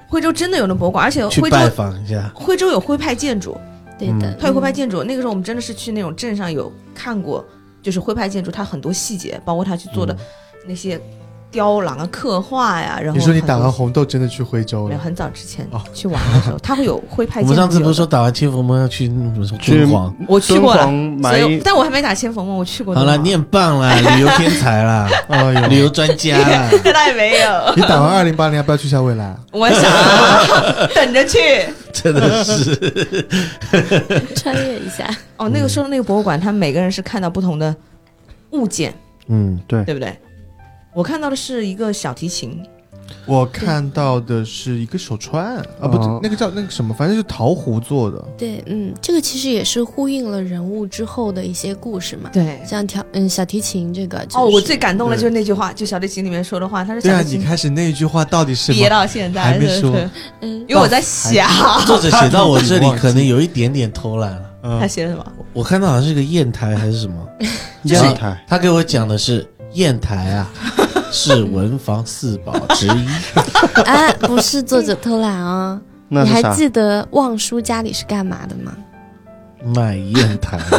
D: 徽州真的有那博物馆，而且
C: 去
D: 徽州
C: 拜访嗯一下。
D: 徽州有徽派建筑，
A: 对的，
F: 嗯
A: 嗯
D: 它有徽派建筑。那个时候我们真的是去那种镇上有看过，就是徽派建筑，它很多细节，包括它去做
C: 嗯
D: 的那些雕栏啊、刻画呀。然 后
E: 你说你
D: 很多
E: 打完红豆真的去徽州
D: 没有
E: 了？
D: 很早之前
E: 哦
D: 去玩的时候，它会有徽派
C: 我
D: 建
C: 们
D: 筑。
C: 上次不是说打完切腹梦要去那种什么
F: 去
C: 敦煌？
D: 我去
F: 敦
D: 过
F: 煌
D: 了，所
F: 埋
D: 以但我还没打先锋嘛，我去过。
C: 好了， 你。很棒啦，旅游天才啦，
E: 哎呦，
C: 旅游专家啦。
D: 那也没有，
E: 你打完二零八零要不要去下未来？
D: 我想 啊等着去。
C: 真的 是，
A: 穿越一下，
D: 哦，
E: 嗯
D: 那个说的那个博物馆，他们每个人是看到不同的物件，
C: 嗯，
D: 对不对？我看到的是一个小提琴，
E: 我看到的是一个手串啊，不
F: 哦，
E: 那个叫那个什么，反正就是桃核做的。
A: 对，嗯，这个其实也是呼应了人物之后的一些故事嘛，
D: 对
A: 像调嗯小提琴这个、就是，
D: 哦，我最感动的就是那句话，就小提琴里面说的话，他说
E: 对
D: 小
E: 啊，
D: 提
E: 你
D: 琴
E: 开始那一句话到底是什
D: 憋
E: 么？
D: 到现在，
E: 还没
D: 对
E: 说
D: 对
A: 嗯
D: 因为我在想
C: 作者写到我 这里可能有一点点偷懒了。
D: 他
E: 嗯，
D: 写的什么，
C: 我看到好像是个砚台还是什 么，
F: 烟
C: 然后
F: 台。
C: 他给我讲的是砚台 啊，是文房四宝之一。
A: 哎、不是作者偷懒哦，
F: 那
A: 你
F: 是
A: 还
F: 啥？
A: 记得望舒家里是干嘛的吗？
C: 卖砚台，啊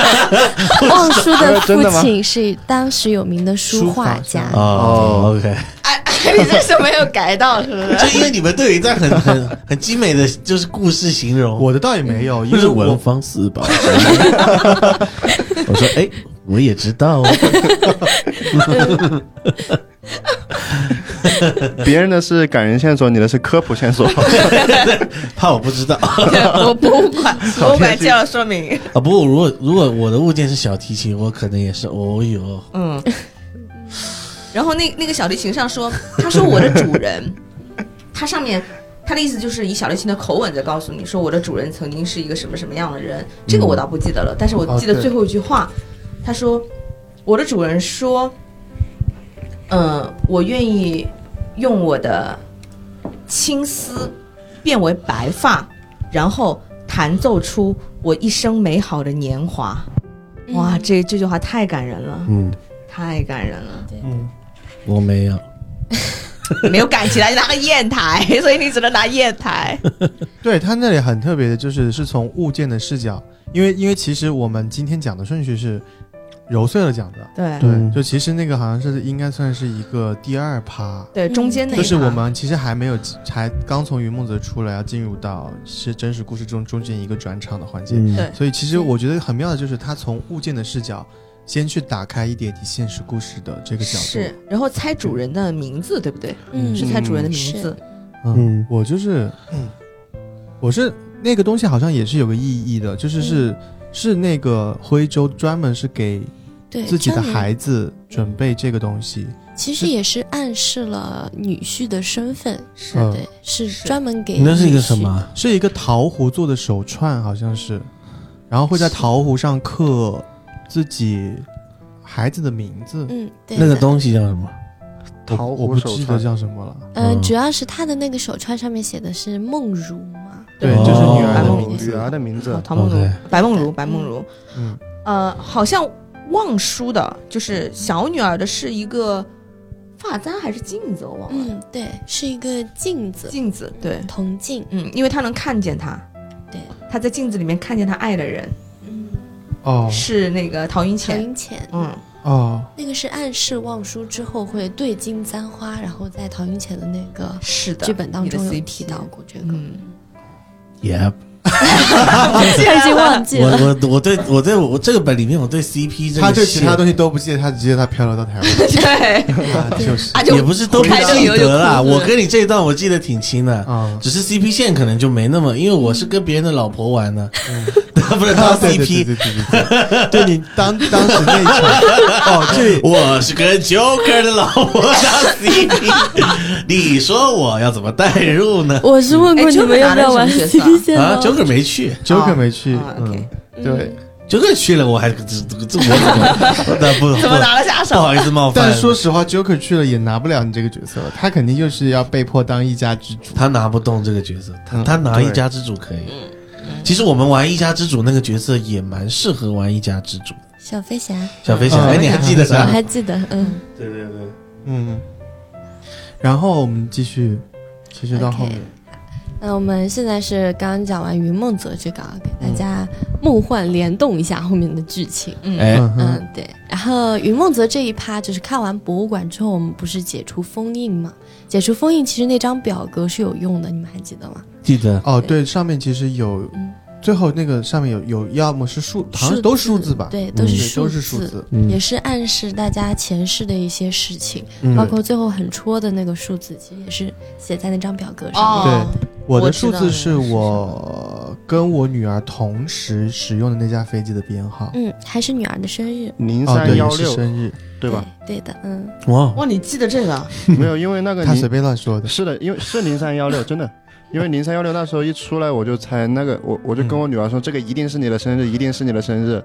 A: 望舒的
F: 真的
A: 父
F: 吗
A: 亲是当时有名的书画家，
C: 哦，OK，
D: 哎，你这是没有改到是不是？
C: 就因为你们都有一段很很很精美的就是故事形容，
E: 我的倒也没有，因
C: 就
E: 为
C: 是
E: 我
C: 文房四宝之 一。我说，哎，我也知道哦。
F: 别人的是感人线索，你的是科普线索。
C: 怕我不 知道啊！
D: 对我博物馆，博物馆介绍说明。
C: 不过如果如果我的物件是小提琴，我可能也是哦哟，
D: 嗯，然后那那个小提琴上说，他说我的主人，他上面他的意思就是以小提琴的口吻在告诉你说我的主人曾经是一个什么什么样的人，这个我倒不记得了，但是我记
E: 哦
D: 得
E: 对
D: 最后一句话，他说我的主人说，嗯，我愿意用我的青丝变为白发，然后弹奏出我一生美好的年华。哇，
A: 嗯
D: 这这句话太感人了，
C: 嗯，
D: 太感人了。
C: 我没有。
D: 没有感情来拿个砚台，所以你只能拿砚台。
E: 对他那里很特别的，就是是从物件的视角，因为因为其实我们今天讲的顺序是揉碎了讲的，
D: 对
C: 嗯
E: 就其实那个好像是应该算是一个第二趴，
D: 对，中间那一
E: 就是
D: 趴
E: 我们其实还没有还刚从云梦泽出来，要进入到是真实故事中中间一个转场的环节，
C: 嗯
D: 对
E: 所以其实我觉得很妙的就是他从物件的视角先去打开一点你现实故事的这个角度，
D: 是，然后猜主人的名字，对不对？
A: 嗯
D: 是猜主人的名字。
E: 嗯，我就是，我是那个东西好像也是有个意义的，就是是、是那个徽州专门是给
A: 对
E: 自己的
A: 专门
E: 孩子准备这个东西，
A: 其实也是暗示了女婿的身份，
D: 是
E: 嗯
A: 对，是
D: 是
A: 专门给
C: 那是一个
A: 女婿
C: 什么？
E: 是一个桃核做的手串，好像是，然后会在
A: 是
E: 桃核上刻自己孩子的名字，
A: 嗯，对
C: 那个
A: 的
C: 东西叫什么？
E: 我
F: 桃
E: 我
F: 核
E: 不
F: 手
E: 记得
F: 串
E: 叫什么了，
A: 呃，
C: 嗯
A: 主要是他的那个手串上面写的是梦如嘛，
E: 对，
C: 哦
E: 就是女儿
D: 白
E: 的
D: 梦
E: 名
F: 女
E: 字，
F: 儿的名字
D: 哦，唐梦如
C: OK，
D: 白梦如，白梦如。
E: 嗯，
D: 呃，好像望舒的，就是小女儿的是一个发簪还是镜子，我忘了。
A: 嗯，对，是一个镜子，
D: 镜子，对，
A: 铜镜，
D: 嗯，因为她能看见他，
A: 对，
D: 她在镜子里面看见她爱的人
A: 嗯，
E: 哦
D: 是那个陶云
A: 曹
D: 浅，
A: 云浅，
D: 嗯，
E: 哦，
A: 那个是暗示望舒之后会对金簪花，然后在陶云浅的那个
D: 是的，
A: 剧本当中
D: 你的
A: 有
D: CP
A: 提到过这个，
D: 嗯，
C: 也
A: 他已经忘记
C: 我
A: 了。
C: 我我对我对我这个本里面我对 CP 这个
E: 他对其他
C: 线
E: 东西都不记得，他只记得他漂流到台湾，
D: 对，
E: 啊 就是
D: 啊，就
C: 也不是都不
D: 开
C: 记
D: 始有
C: 得啦。
D: 有哭
C: 我跟你这一段我记得挺清的，
E: 啊，
C: 只是 CP 线可能就没那么，因为我是跟别人的老婆玩的，不是 他
E: 啊嗯 对对对
C: CP，
E: 对对对对，对你当当时那一场，哦，这
C: 我是跟 Joker 的老婆当 CP，你说我要怎么代入呢？
A: 我是问过
D: 哎
A: 你们要不要玩
D: 这个拿
A: CP 线
C: 啊
A: 吗？
C: ，Joker 没去
E: Joker 没去，
D: 啊
E: 嗯
D: OK，，
F: 对，
C: ，Joker 去了，我还这这这我怎 么那不
D: 怎么拿得下
C: 不
D: 手？
C: 好意思冒犯了？
E: 但说实话，Joker 去了也拿不了你这个角色，他肯定就是要被迫当一家之主。
C: 他拿不动这个角色，他
E: 嗯
C: 他拿
F: 对
C: 一家之主可以。
D: 嗯
C: 其实我们玩一家之主那个角色也蛮适合玩一家之主。
A: 小飞侠，
C: 小飞侠，
E: 嗯
C: 哎，你还记得
E: 对
A: 我
C: 啥？
A: 还记得，嗯，
C: 对对对，
E: 嗯，然后我们继续，继续到后面
A: OK 那我们现在是刚刚讲完云梦泽这个，啊，给大家梦幻联动一下后面的剧情。
D: 嗯，
C: 哎，
E: 嗯哼，
A: 嗯，对。然后云梦泽这一趴就是看完博物馆之后，我们不是解除封印嘛？解除封印其实那张表格是有用的，你们还记得吗？
C: 记得
E: 哦，对，上面其实有
A: 嗯，
E: 最后那个上面有有，要么是数，好像都是数字吧？
A: 对，
E: 嗯，
A: 都是
E: 对
A: 数
E: 都
A: 字，
E: 是数字。
A: 也是暗示大家前世的一些事情，
E: 嗯
A: 包括最后很戳的那个数字，其实也是写在那张表格上面。
D: 哦，
E: 我的
D: 我知
E: 数
D: 道
E: 字
D: 了
E: 是我跟我女儿同时使用的那架飞机的编号。
A: 嗯，还是女儿的生日，
F: 零
E: 哦，
F: 三
E: 对，
F: 幺
E: 也是
F: 六，
E: 生日，
F: 对 吧？？
A: 对的，嗯，
C: 哇，
D: 哇，你记得这个？
F: 没有，因为那个
E: 他
F: 零
E: 随便乱说的。
F: 是的，因为是零三幺六，真的，因为零三幺六那时候一出来，我就猜那个，我我就
C: 嗯
F: 跟我女儿说，这个一定是你的生日，一定是你的生日。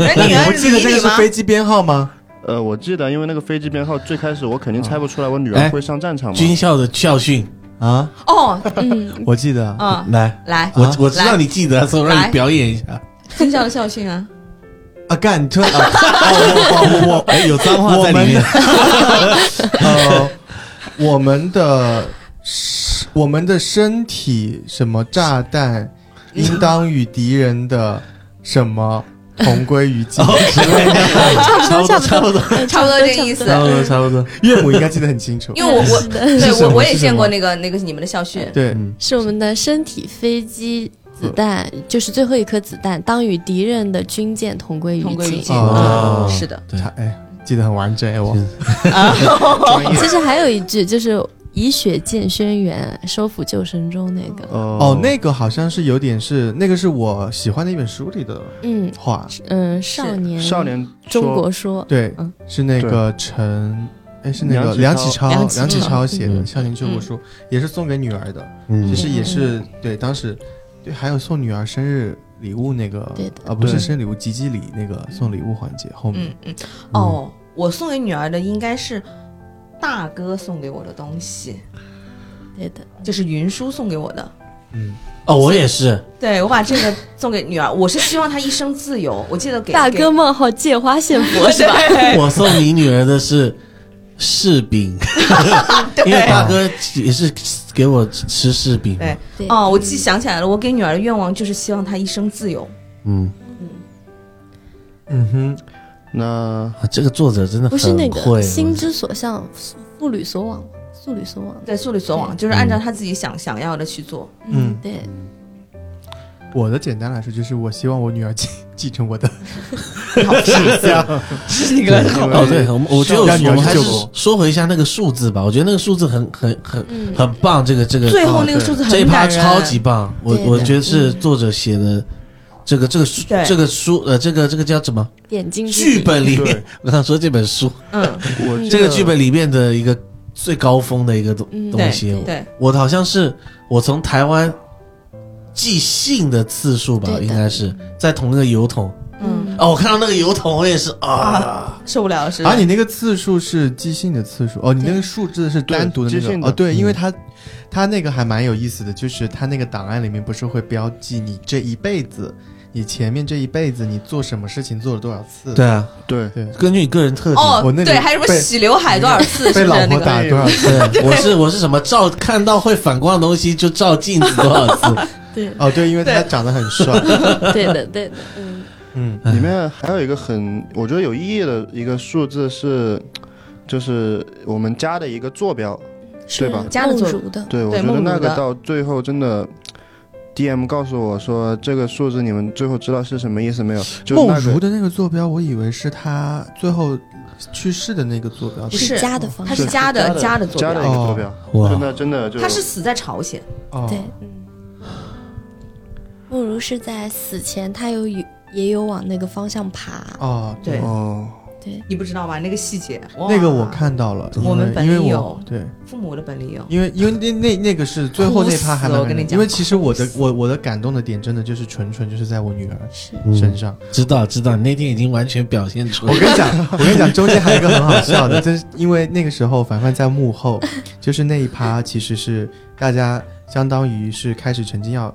D: 哎，
E: 那
D: 女儿
E: 不记得这个
D: 理你
E: 是
D: 吗？
E: 飞机编号吗？
F: 呃，我记得，因为那个飞机编号，最开始我肯定猜不出来我女
C: 哎
F: 儿会上战场嘛。
C: 军校的校训，
E: 啊，
D: 哦，
A: 嗯，
E: 我记得。
D: 嗯，
C: 来，
D: 来，
C: 我
E: 啊
C: 我知道你记得，所以我让你
D: 来
C: 表演一下。
D: 军校的校训啊，
E: 啊，干，你突然啊，哦我我我
C: 哎，有脏话
E: 我
C: 在
E: 们
C: 里面。
E: 呃，我们的我们的身体什么炸弹，应当与敌人的什么同归于
C: 哦
E: 尽。
C: 差不多，差不多，
D: 差不多这个意思。
C: 差不多，差不多。
E: 岳母应该记得很清 楚。
D: 因为我我
A: 是的
D: 对
E: 是什
D: 我
E: 么
D: 我也
E: 是
D: 见
E: 什
D: 过
E: 么
D: 那个那个你们的校训，
E: 对，
A: 是我们的身体、飞机、子弹，就是最后一颗子弹，当与敌人的军舰同归于
D: 同归于
A: 尽。
D: 尽。
E: 哦
D: 嗯是的，
C: 对
E: 差哎，记得很完整哎，我
H: 其实还有一句就是“以血荐轩辕，收抚救神州”那个，
E: 哦
F: 哦，
E: 那个好像是有点是那个是我喜欢的一本书里的
H: 嗯
E: 话，
H: 嗯，少年
F: 少年
H: 中
F: 说
H: 国说，
E: 对
H: 嗯，
E: 是那个陈，哎，是那个梁
F: 梁
E: 启
F: 启
E: 超，
D: 梁启
E: 梁启
D: 超
E: 超写的《
C: 嗯
E: 少年救国书》，也是送给女儿的，
C: 嗯
E: 其实也是
H: 嗯
E: 对当时对，还有送女儿生日礼物那个
H: 对的，
E: 啊，不是
F: 对
E: 生日礼物，集集礼那个送礼物环节后面
D: 嗯，嗯，哦，我送给女儿的应该是大哥送给我的东西，
H: 对的，
D: 就是云舒送给我的。
E: 嗯，
C: 哦，我也是，
D: 对我把这个送给女儿，我是希望她一生自由。我记得给
H: 大
D: 给
H: 哥冒号借花献佛是吧？
C: 我送你女儿的是柿饼，因为大哥也是给我吃柿饼嘛。
D: 对
H: 对
D: 哦，我记想起来了，我给女儿的愿望就是希望她一生自由。
C: 嗯，
E: 嗯哼，
F: 那
C: 啊这个作者真的
H: 不是那
C: 很会
H: 个心之所向，妇女所往，素履所往。
D: 对，素里所往，就是按照她自己想想要的去做。
E: 嗯，
H: 对，
E: 我的简单来说就是我希望我女儿继继承我的，
D: 好傻呀！这个
C: 哦，对，我们我觉得我
E: 让女儿
C: 我们
E: 去
C: 还是
E: 救国
C: 说回一下那个数字吧，我觉得那个数字很很很
H: 嗯，
C: 很棒，这个这个嗯
D: 最后那个数字
C: 啊这一
D: 很
C: 趴
D: 感人，嗯
C: 超级棒，我
H: 对的
C: 我觉得是作者写的。这个这个书
D: 对
C: 这个书呃这个这个叫什么
H: 点睛之
C: 剧
H: 笔
C: 本里面
F: 对？
C: 我刚说这本书，
D: 嗯，
F: 我
C: 这个剧本里面的一个最高峰的一个东
H: 嗯
C: 东西，
D: 对，
C: 我好像是我从台湾寄信的次数吧，
H: 对的
C: 应该是在同一个邮筒。
D: 嗯，
H: 嗯，
C: 哦，我看到那个邮筒，我也是啊，
D: 受不了了是吧
E: 啊，你那个次数是寄信的次数哦，你那个数字是单独的那
F: 对寄
E: 种
F: 信的
E: 哦，对，
C: 嗯
E: 因为它它那个还蛮有意思的，就是它那个档案里面不是会标记你这一辈子，你前面这一辈子你做什么事情做了多少次，
C: 对啊，
F: 对
E: 对，
C: 根据你个人特质。
D: 哦
E: 我，那里
D: 对，还有什么
E: 被
D: 洗刘海多少次？是
E: 被
D: 不
E: 老
D: 是那
E: 婆
D: 个？
E: 打多少次？
C: 对，我是我是什么照看到会反光的东西就照镜子多少次，
H: 对
E: 哦，对，因为他长得很 帅，
H: 对的，对的，嗯，
E: 嗯，
C: 哎
F: 里面还有一个很我觉得有意义的一个数字是，就是我们家的一个坐标。
H: 是
F: 吧
D: 家的
H: 梦
D: 作
H: 竹的，
F: 对，我
D: 对
F: 觉得
D: 梦
F: 那
D: 如
F: 个
D: 的
F: 到最后真的，DM 告诉我说这个数字你们最后知道是什么意思没有？就
E: 梦
F: 那
E: 如
F: 个
E: 的那个坐标，我以为是他最后去世的那个坐标，
D: 不是
H: 家的方
D: 他
H: 式
D: 是，家的家的坐
F: 加的一
D: 标，
F: 个
E: 哦
F: 坐标，
C: 哇，
F: 真的真的就
D: 他是死在朝鲜。
E: 哦，
H: 对，嗯，梦如是在死前，他有有也有往那个方向爬，
E: 哦，
D: 对
F: 哦，
H: 对，
D: 你不知道吧？那个细节，哇
E: 那个我看到了，因为
D: 我们本
E: 因为
D: 里
E: 我
D: 有
E: 对。
D: 父母的本里有，
E: 因为因为那那那个是最后那趴还蛮
D: 哭死了我跟你讲
E: 因为其实我的我我的感动的点真的就是纯纯就是在我女儿
H: 是
E: 身上。
C: 知道知道，你那天已经完全表现出来
E: 我。跟你讲，我跟你讲，中间还有一个很好笑的，就是因为那个时候凡凡在幕后，就是那一趴其实是大家相当于是开始沉浸要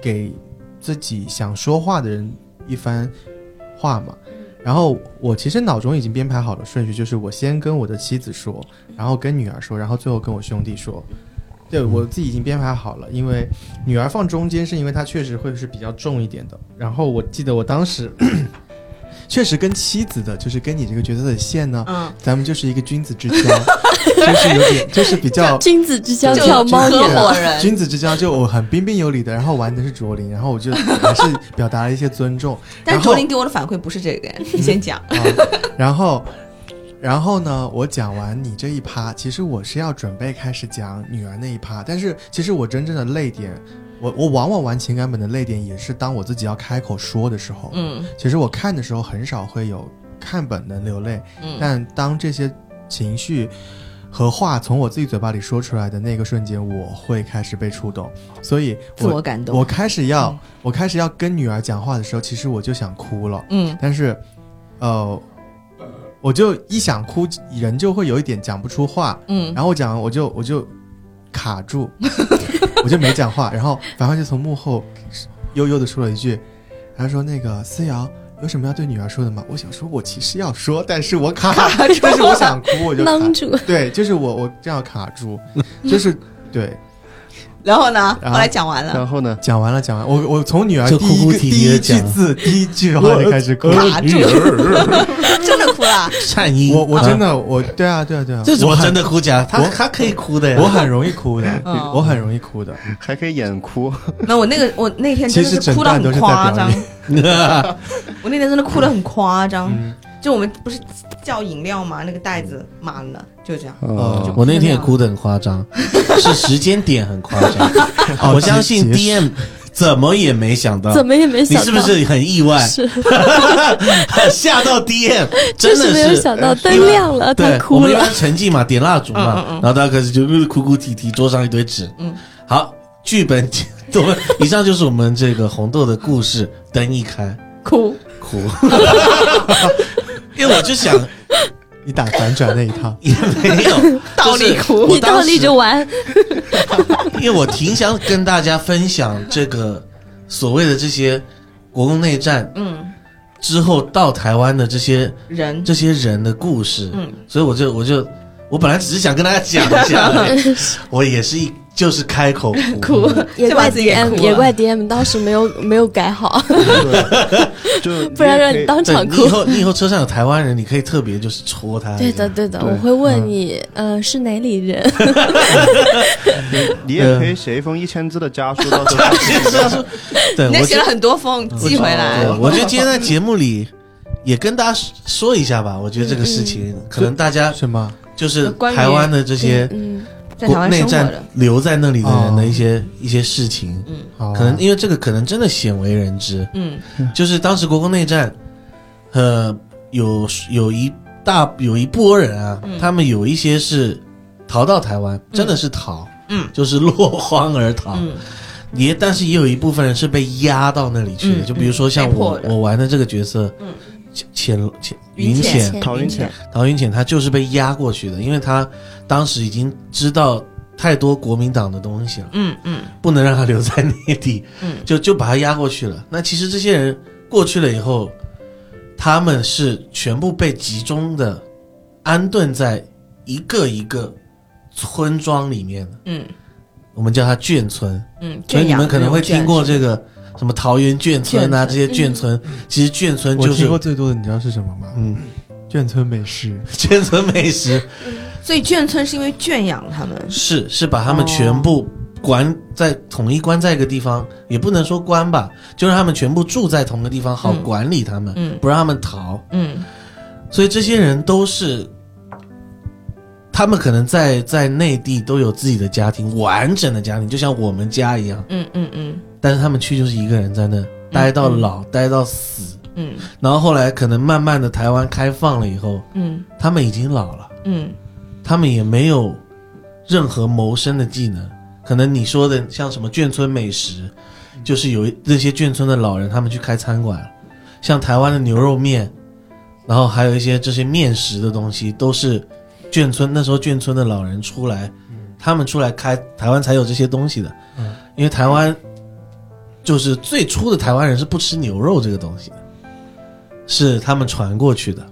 E: 给自己想说话的人一番话嘛。然后我其实脑中已经编排好了顺序，就是我先跟我的妻子说，然后跟女儿说，然后最后跟我兄弟说。对我自己已经编排好了，因为女儿放中间是因为她确实会是比较重一点的。然后我记得我当时 确实跟妻子的，就是跟你这个角色的线呢，
D: 嗯，
E: 咱们就是一个君子之交，就是有点就是比较
H: 君子之交
D: 就
H: 跳猫
D: 合
H: 眼，
D: 伙人，
E: 君子之交，就我很彬彬有礼的，然后玩的是卓林，然后我就还是表达了一些尊重。
D: 但
E: 然
D: 是
E: 后
D: 卓林给我的反馈不是 这个，你先讲。
E: 啊，然后，然后呢，我讲完你这一趴，其实我是要准备开始讲女儿那一趴，但是其实我真正的泪点，我我往往玩情感本的泪点也是当我自己要开口说的时候。
D: 嗯
E: 其实我看的时候很少会有看本能流泪，
D: 嗯，
E: 但当这些情绪和话从我自己嘴巴里说出来的那个瞬间，我会开始被触动，所以
D: 自我
E: 我
D: 感动。嗯
E: 我开始要、我开始要跟女儿讲话的时候，其实我就想哭了。
D: 嗯
E: 但是，呃，我就一想哭，人就会有一点讲不出话，
D: 嗯
E: 然后我讲完我就我就卡住， 我就没讲话，然后凡凡就从幕后悠悠的说了一句，他说那个思瑶。有什么要对女儿说的吗？我想说，我其实要说，但是我卡， 但是我想哭，我就啊卡
H: 啷住，
E: 对，就是我我这样卡住，就是对，
D: 然后呢？
E: 然后
D: 后来讲完了，
F: 然后呢？
E: 讲完了讲完，我我从女儿
C: 就
E: 第一
C: 哭哭
E: 个
C: 啼啼
E: 第一
C: 地
E: 句
C: 讲
E: 字第一句话就开始哭，
D: 卡
C: 哎
D: 住， 真的哭了。
C: 颤音，
E: 我我真
C: 啊
E: 的我对啊对啊对啊，
C: 这怎
E: 我
C: 么
E: 很
C: 真的哭假？他
E: 我
C: 他可以哭的呀，
E: 我 很容易哭的，
D: 嗯
E: 我很容易哭的。
F: 还可以演哭，
D: 那我那个我那天真的
E: 其实
D: 是哭到
E: 整段都
D: 很
E: 是在表
D: 夸张
E: 演，
C: 嗯
D: 我那天真的哭得很夸张。就我们不是叫饮料吗？那个袋子满了，就这样。
C: 嗯
F: 啊
E: 哦
C: 我那天也哭得很夸张，是时间点很夸张。我相信
E: 结束
C: DM 怎么也没想 到，
H: 怎么也没
C: 你
H: 想到，
C: 是不是很意外？
H: 是
C: 吓到 DM，
H: 确
C: 真
H: 实
C: 的
H: 没有想到
C: 因
H: 灯
C: 为
H: 亮了，啊嗯他
C: 对，我
H: 哭
C: 们一
H: 了
C: 般。沉浸嘛，点蜡烛嘛，然后大家开始就呃哭哭啼啼，桌上一堆纸。嗯
D: 嗯，
C: 好，剧本，我们以上就是我们这个红豆的故事。灯一开，
D: 哭，
C: 哭，因为我就想，
E: 你打反转那一套
C: 也没有
D: 倒立哭
C: 就是我
H: 你 倒
C: 当
H: 立
C: 时
H: 着玩，
C: 因为我挺想跟大家分享这个所谓的这些国共内战
D: 嗯，
C: 之后到台湾的这些
D: 人，
C: 这些人的故事，
D: 嗯
C: 所以我就我就我本来只是想跟大家讲一 下而已，我也是一就是开口哭，
D: 哭，
H: 也
D: 就把
H: 怪
D: 自己哭
H: DM，
D: 了
H: 也怪 DM 当时没有没有改 好，
F: 就
H: 不然让
F: 也
H: 你
F: 可以
H: 当
C: 对
H: 场
C: 你
H: 哭
C: 以。后你以后车上有台湾人，你可以特别就是戳他，
H: 对的，，对的，
F: 对
H: 我会问你，呃，是哪里人？
F: 你也可以写一封一千字的家书，到时候
C: 对，
D: 你啊还
C: 我
D: 写
C: 觉
D: 了
C: 得
D: 很多封寄回来
C: 对，我觉得今天在节目里也跟大家说一下吧，我觉得这个事情可能大家
E: 是吗？
C: 就是
D: 嗯关于
C: 台湾的这些。
H: 嗯，
D: 在台湾
C: 内
D: 生活
C: 战
D: 的，哦
C: 留在那里的人的一些、一些事情，
E: 好啊
C: 可能因为这个可能真的鲜为人知。
D: 嗯
C: 就是当时国共内战，呃，有有一大有一波人啊，
D: 嗯
C: 他们有一些是逃到台湾，真的是逃，
D: 嗯，
C: 就是落荒而逃。
D: 嗯
C: 也但是也有一部分人是被压到那里去的，
D: 嗯
C: 就比如说像
D: 被迫
C: 我
D: 的
C: 我玩的这个角色，
D: 嗯
C: 浅，浅浅
D: 云
C: 云
D: 浅
C: 浅
F: 陶云浅，
C: 陶云浅他就是被压过去的，因为他当时已经知道太多国民党的东西了，
D: 嗯嗯
C: 不能让他留在内地，
D: 嗯
C: 就就把他压过去了。那其实这些人过去了以后，他们是全部被集中的安顿在一个一个村庄里面的，
D: 嗯
C: 我们叫它眷村。
D: 嗯，
C: 所以你
D: 圈养
C: 们可能会听过
D: 这
C: 这个什么桃园眷村啊，
D: 眷村
C: 这些眷村，
D: 嗯
C: 其实眷村
E: 我
C: 就
E: 听
C: 是
E: 过最多的，你知道是什么吗？
C: 嗯，
E: 眷村美食。
C: 眷村美食。
D: 种，所以眷村是因为圈养他们，
C: 是是把他们
D: 哦
C: 全部关在统一关在一个地方，也不能说关吧，就让他们全部住在同一个地方，好
D: 嗯
C: 管理他们，
D: 嗯
C: 不让他们逃。
D: 嗯
C: 所以这些人都是，他们可能在在内地都有自己的家庭，完整的家庭，就像我们家一样。
D: 嗯嗯嗯
C: 但是他们去就是一个人在那待到老，待到死。
D: 嗯
C: 然后后来可能慢慢的台湾开放了以后，
D: 嗯
C: 他们已经老了。
D: 嗯
C: 他们也没有任何谋生的技能。可能你说的像什么眷村美食，就是有一那些眷村的老人他们去开餐馆，像台湾的牛肉面，然后还有一些这些面食的东西，都是眷村那时候眷村的老人出来，他们出来开台湾才有这些东西的。
E: 嗯
C: 因为台湾就是最初的台湾人是不吃牛肉这个东西的，是他们传过去的。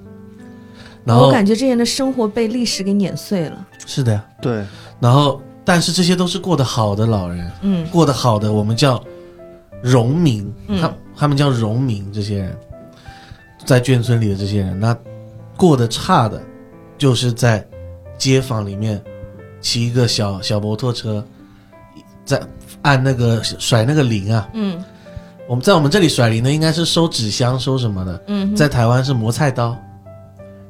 C: 然
D: 我
C: 后
D: 感觉这些人的生活被历史给碾碎了，
C: 是的呀，
F: 对，
C: 然后，但是这些都是过得好的老人，
D: 嗯
C: 过得好的我们叫农民，
D: 嗯
C: 他他们叫农民，这些人在眷村里的这些人，那过得差的，就是在街坊里面骑一个小小摩托车，在按那个甩那个铃啊。
D: 嗯
C: 我们在我们这里甩铃的应该是收纸箱收什么的，
D: 嗯，
C: 在台湾是磨菜刀，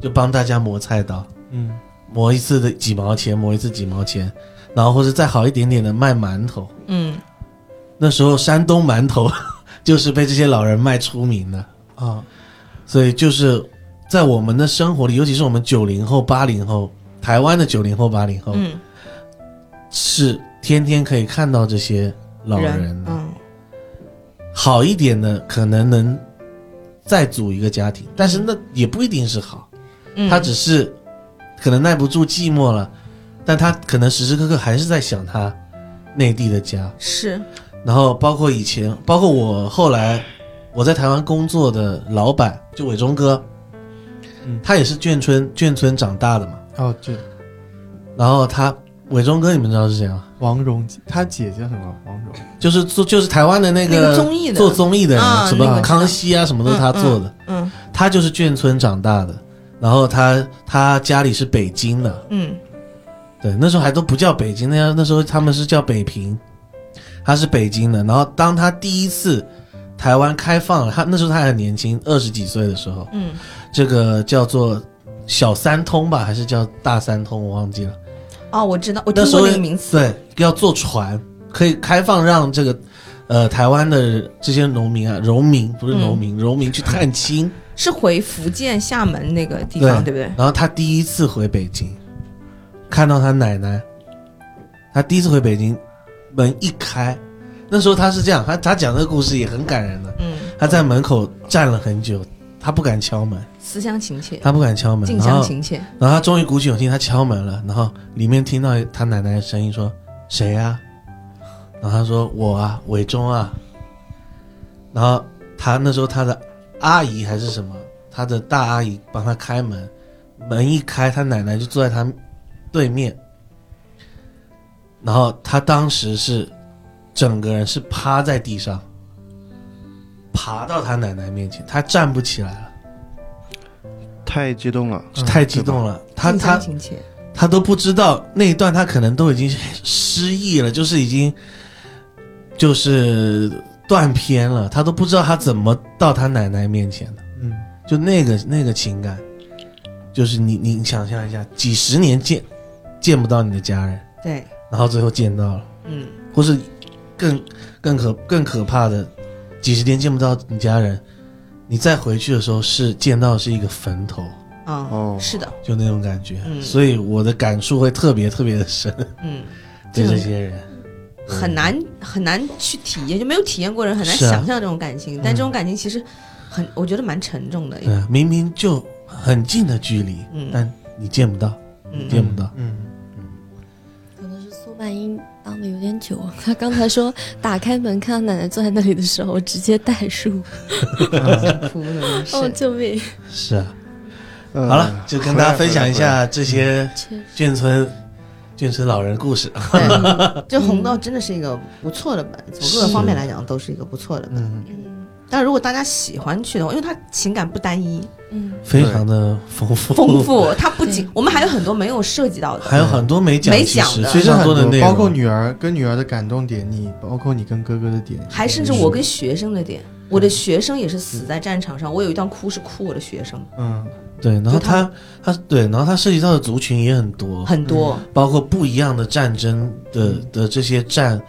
C: 就帮大家磨菜刀。
E: 嗯，
C: 磨一次的几毛钱，磨一次几毛钱，然后或者再好一点点的卖馒头。
D: 嗯
C: 那时候山东馒头 就是被这些老人卖出名的，
E: 啊，
C: 所以就是在我们的生活里，尤其是我们九零后、八零后，台湾的九零后、八零后、
D: 嗯
C: 是天天可以看到这些老人
D: 人
C: 的。
D: 嗯
C: 好一点的可能能再组一个家庭，但是那也不一定是好。
D: 嗯，
C: 他只是可能耐不住寂寞了，但他可能时时刻刻还是在想他内地的家。
D: 是
C: 然后包括以前，包括我后来我在台湾工作的老板，就伟忠哥，
E: 嗯
C: 他也是眷村眷村长大的嘛。
E: 哦，这
C: 然后他伟忠哥，你们知道是谁吗？
E: 王蓉姐，她姐叫什么？王蓉，
C: 就是做就是台湾的那
D: 那
C: 个
D: 个综艺的
C: 做综艺的人，
D: 啊
C: 什
D: 那
C: 么
D: 个
C: 康熙啊，什么都是他做的。
D: 嗯
C: 他就是眷村长大的，然后他他家里是北京的，
D: 嗯
C: 对，那时候还都不叫北京，那样那时候他们是叫北平，他是北京的。然后当他第一次台湾开放了，他那时候他还很年轻，二十几岁的时候，
D: 嗯，
C: 这个叫做小三通吧，还是叫大三通，我忘记了。
D: 哦，我知道，我听
C: 那时
D: 过
C: 候
D: 那个名词，
C: 对，要坐船，可以开放让这个呃台湾的这些农民啊，农民不是农民，农民去探亲。
D: 是回福建厦门那个地方，
C: 对
D: 对不对？
C: 然后他第一次回北京，看到他奶奶，他第一次回北京，门一开，那时候他是这样，他他讲这个故事也很感人的，
D: 嗯，
C: 他在门口站了很久，他不敢敲门，
D: 思乡情切，
C: 他不敢敲门，
D: 近
C: 然
D: 乡
C: 后
D: 情切，
C: 然后他终于鼓起勇气，他敲门了，然后里面听到他奶奶的声音说：“谁啊？”然后他说：“我啊，伟忠啊。”然后他那时候他的阿姨还是什么，他的大阿姨帮他开门，门一开，他奶奶就坐在他对面。然后他当时是整个人是趴在地上，爬到他奶奶面前，他站不起来了，
F: 太激动了，
C: 太激动了。他
D: 近
C: 他
D: 乡情切，
C: 他都不知道那一段，他可能都已经失忆了，就是已经就是断片了，他都不知道他怎么到他奶奶面前的，
E: 嗯，
C: 就那个那个情感，就是你你想象一下，几十年见见不到你的家人，
D: 对，
C: 然后最后见到了，
D: 嗯，
C: 或是更更可更可怕的，几十年见不到你家人，你再回去的时候是见到的是一个坟头，
D: 啊、
F: 哦
D: 是的，
C: 就那种感觉，
D: 嗯
C: 所以我的感触会特别特别的深。
D: 嗯，
C: 对
D: 这
C: 这
D: 种
C: 些人，
D: 很难很难去体验，就没有体验过的人很难
C: 是啊嗯
D: 想象这种感情，但这种感情其实很，我觉得蛮沉重的，
C: 对，明明就很近的距离，
D: 嗯
C: 但你见不到，
D: 嗯
C: 见不到。
E: 嗯，
A: 可能是苏曼英当的有点久，她刚才说打开门看到奶奶坐在那里的时候，我直接代入，
D: 哭的是。
A: 哦，救命！
C: 是啊，
F: 呃
C: 好了，就跟大家分享一下这些
A: 确实，
C: 眷村眷村老人故事。啊
D: 对，嗯就红豆真的是一个不错的本，从各个
C: 是
D: 方面来讲都是一个不错的本。
A: 嗯
D: 但如果大家喜欢去的话，因为它情感不单一，
A: 嗯，
C: 非常的丰富，
D: 丰富，它不仅
A: 对
D: 我们还有很多没有涉及到的。
C: 还有很多没讲，
D: 没
C: 其
D: 讲
C: 实
D: 的
E: 其
C: 非
E: 实
C: 常
E: 很
C: 多的内容，
E: 包括女儿跟女儿的感动点，你包括你跟哥哥的点，
D: 还甚至我跟学生的点，我的学生也是死在战场上。我有一段哭是哭我的学生，
E: 嗯，
C: 对，然后
D: 就他
C: 他他对，然后他涉及到的族群也很嗯多，
D: 很多
C: 包括不一样的战争的的这些战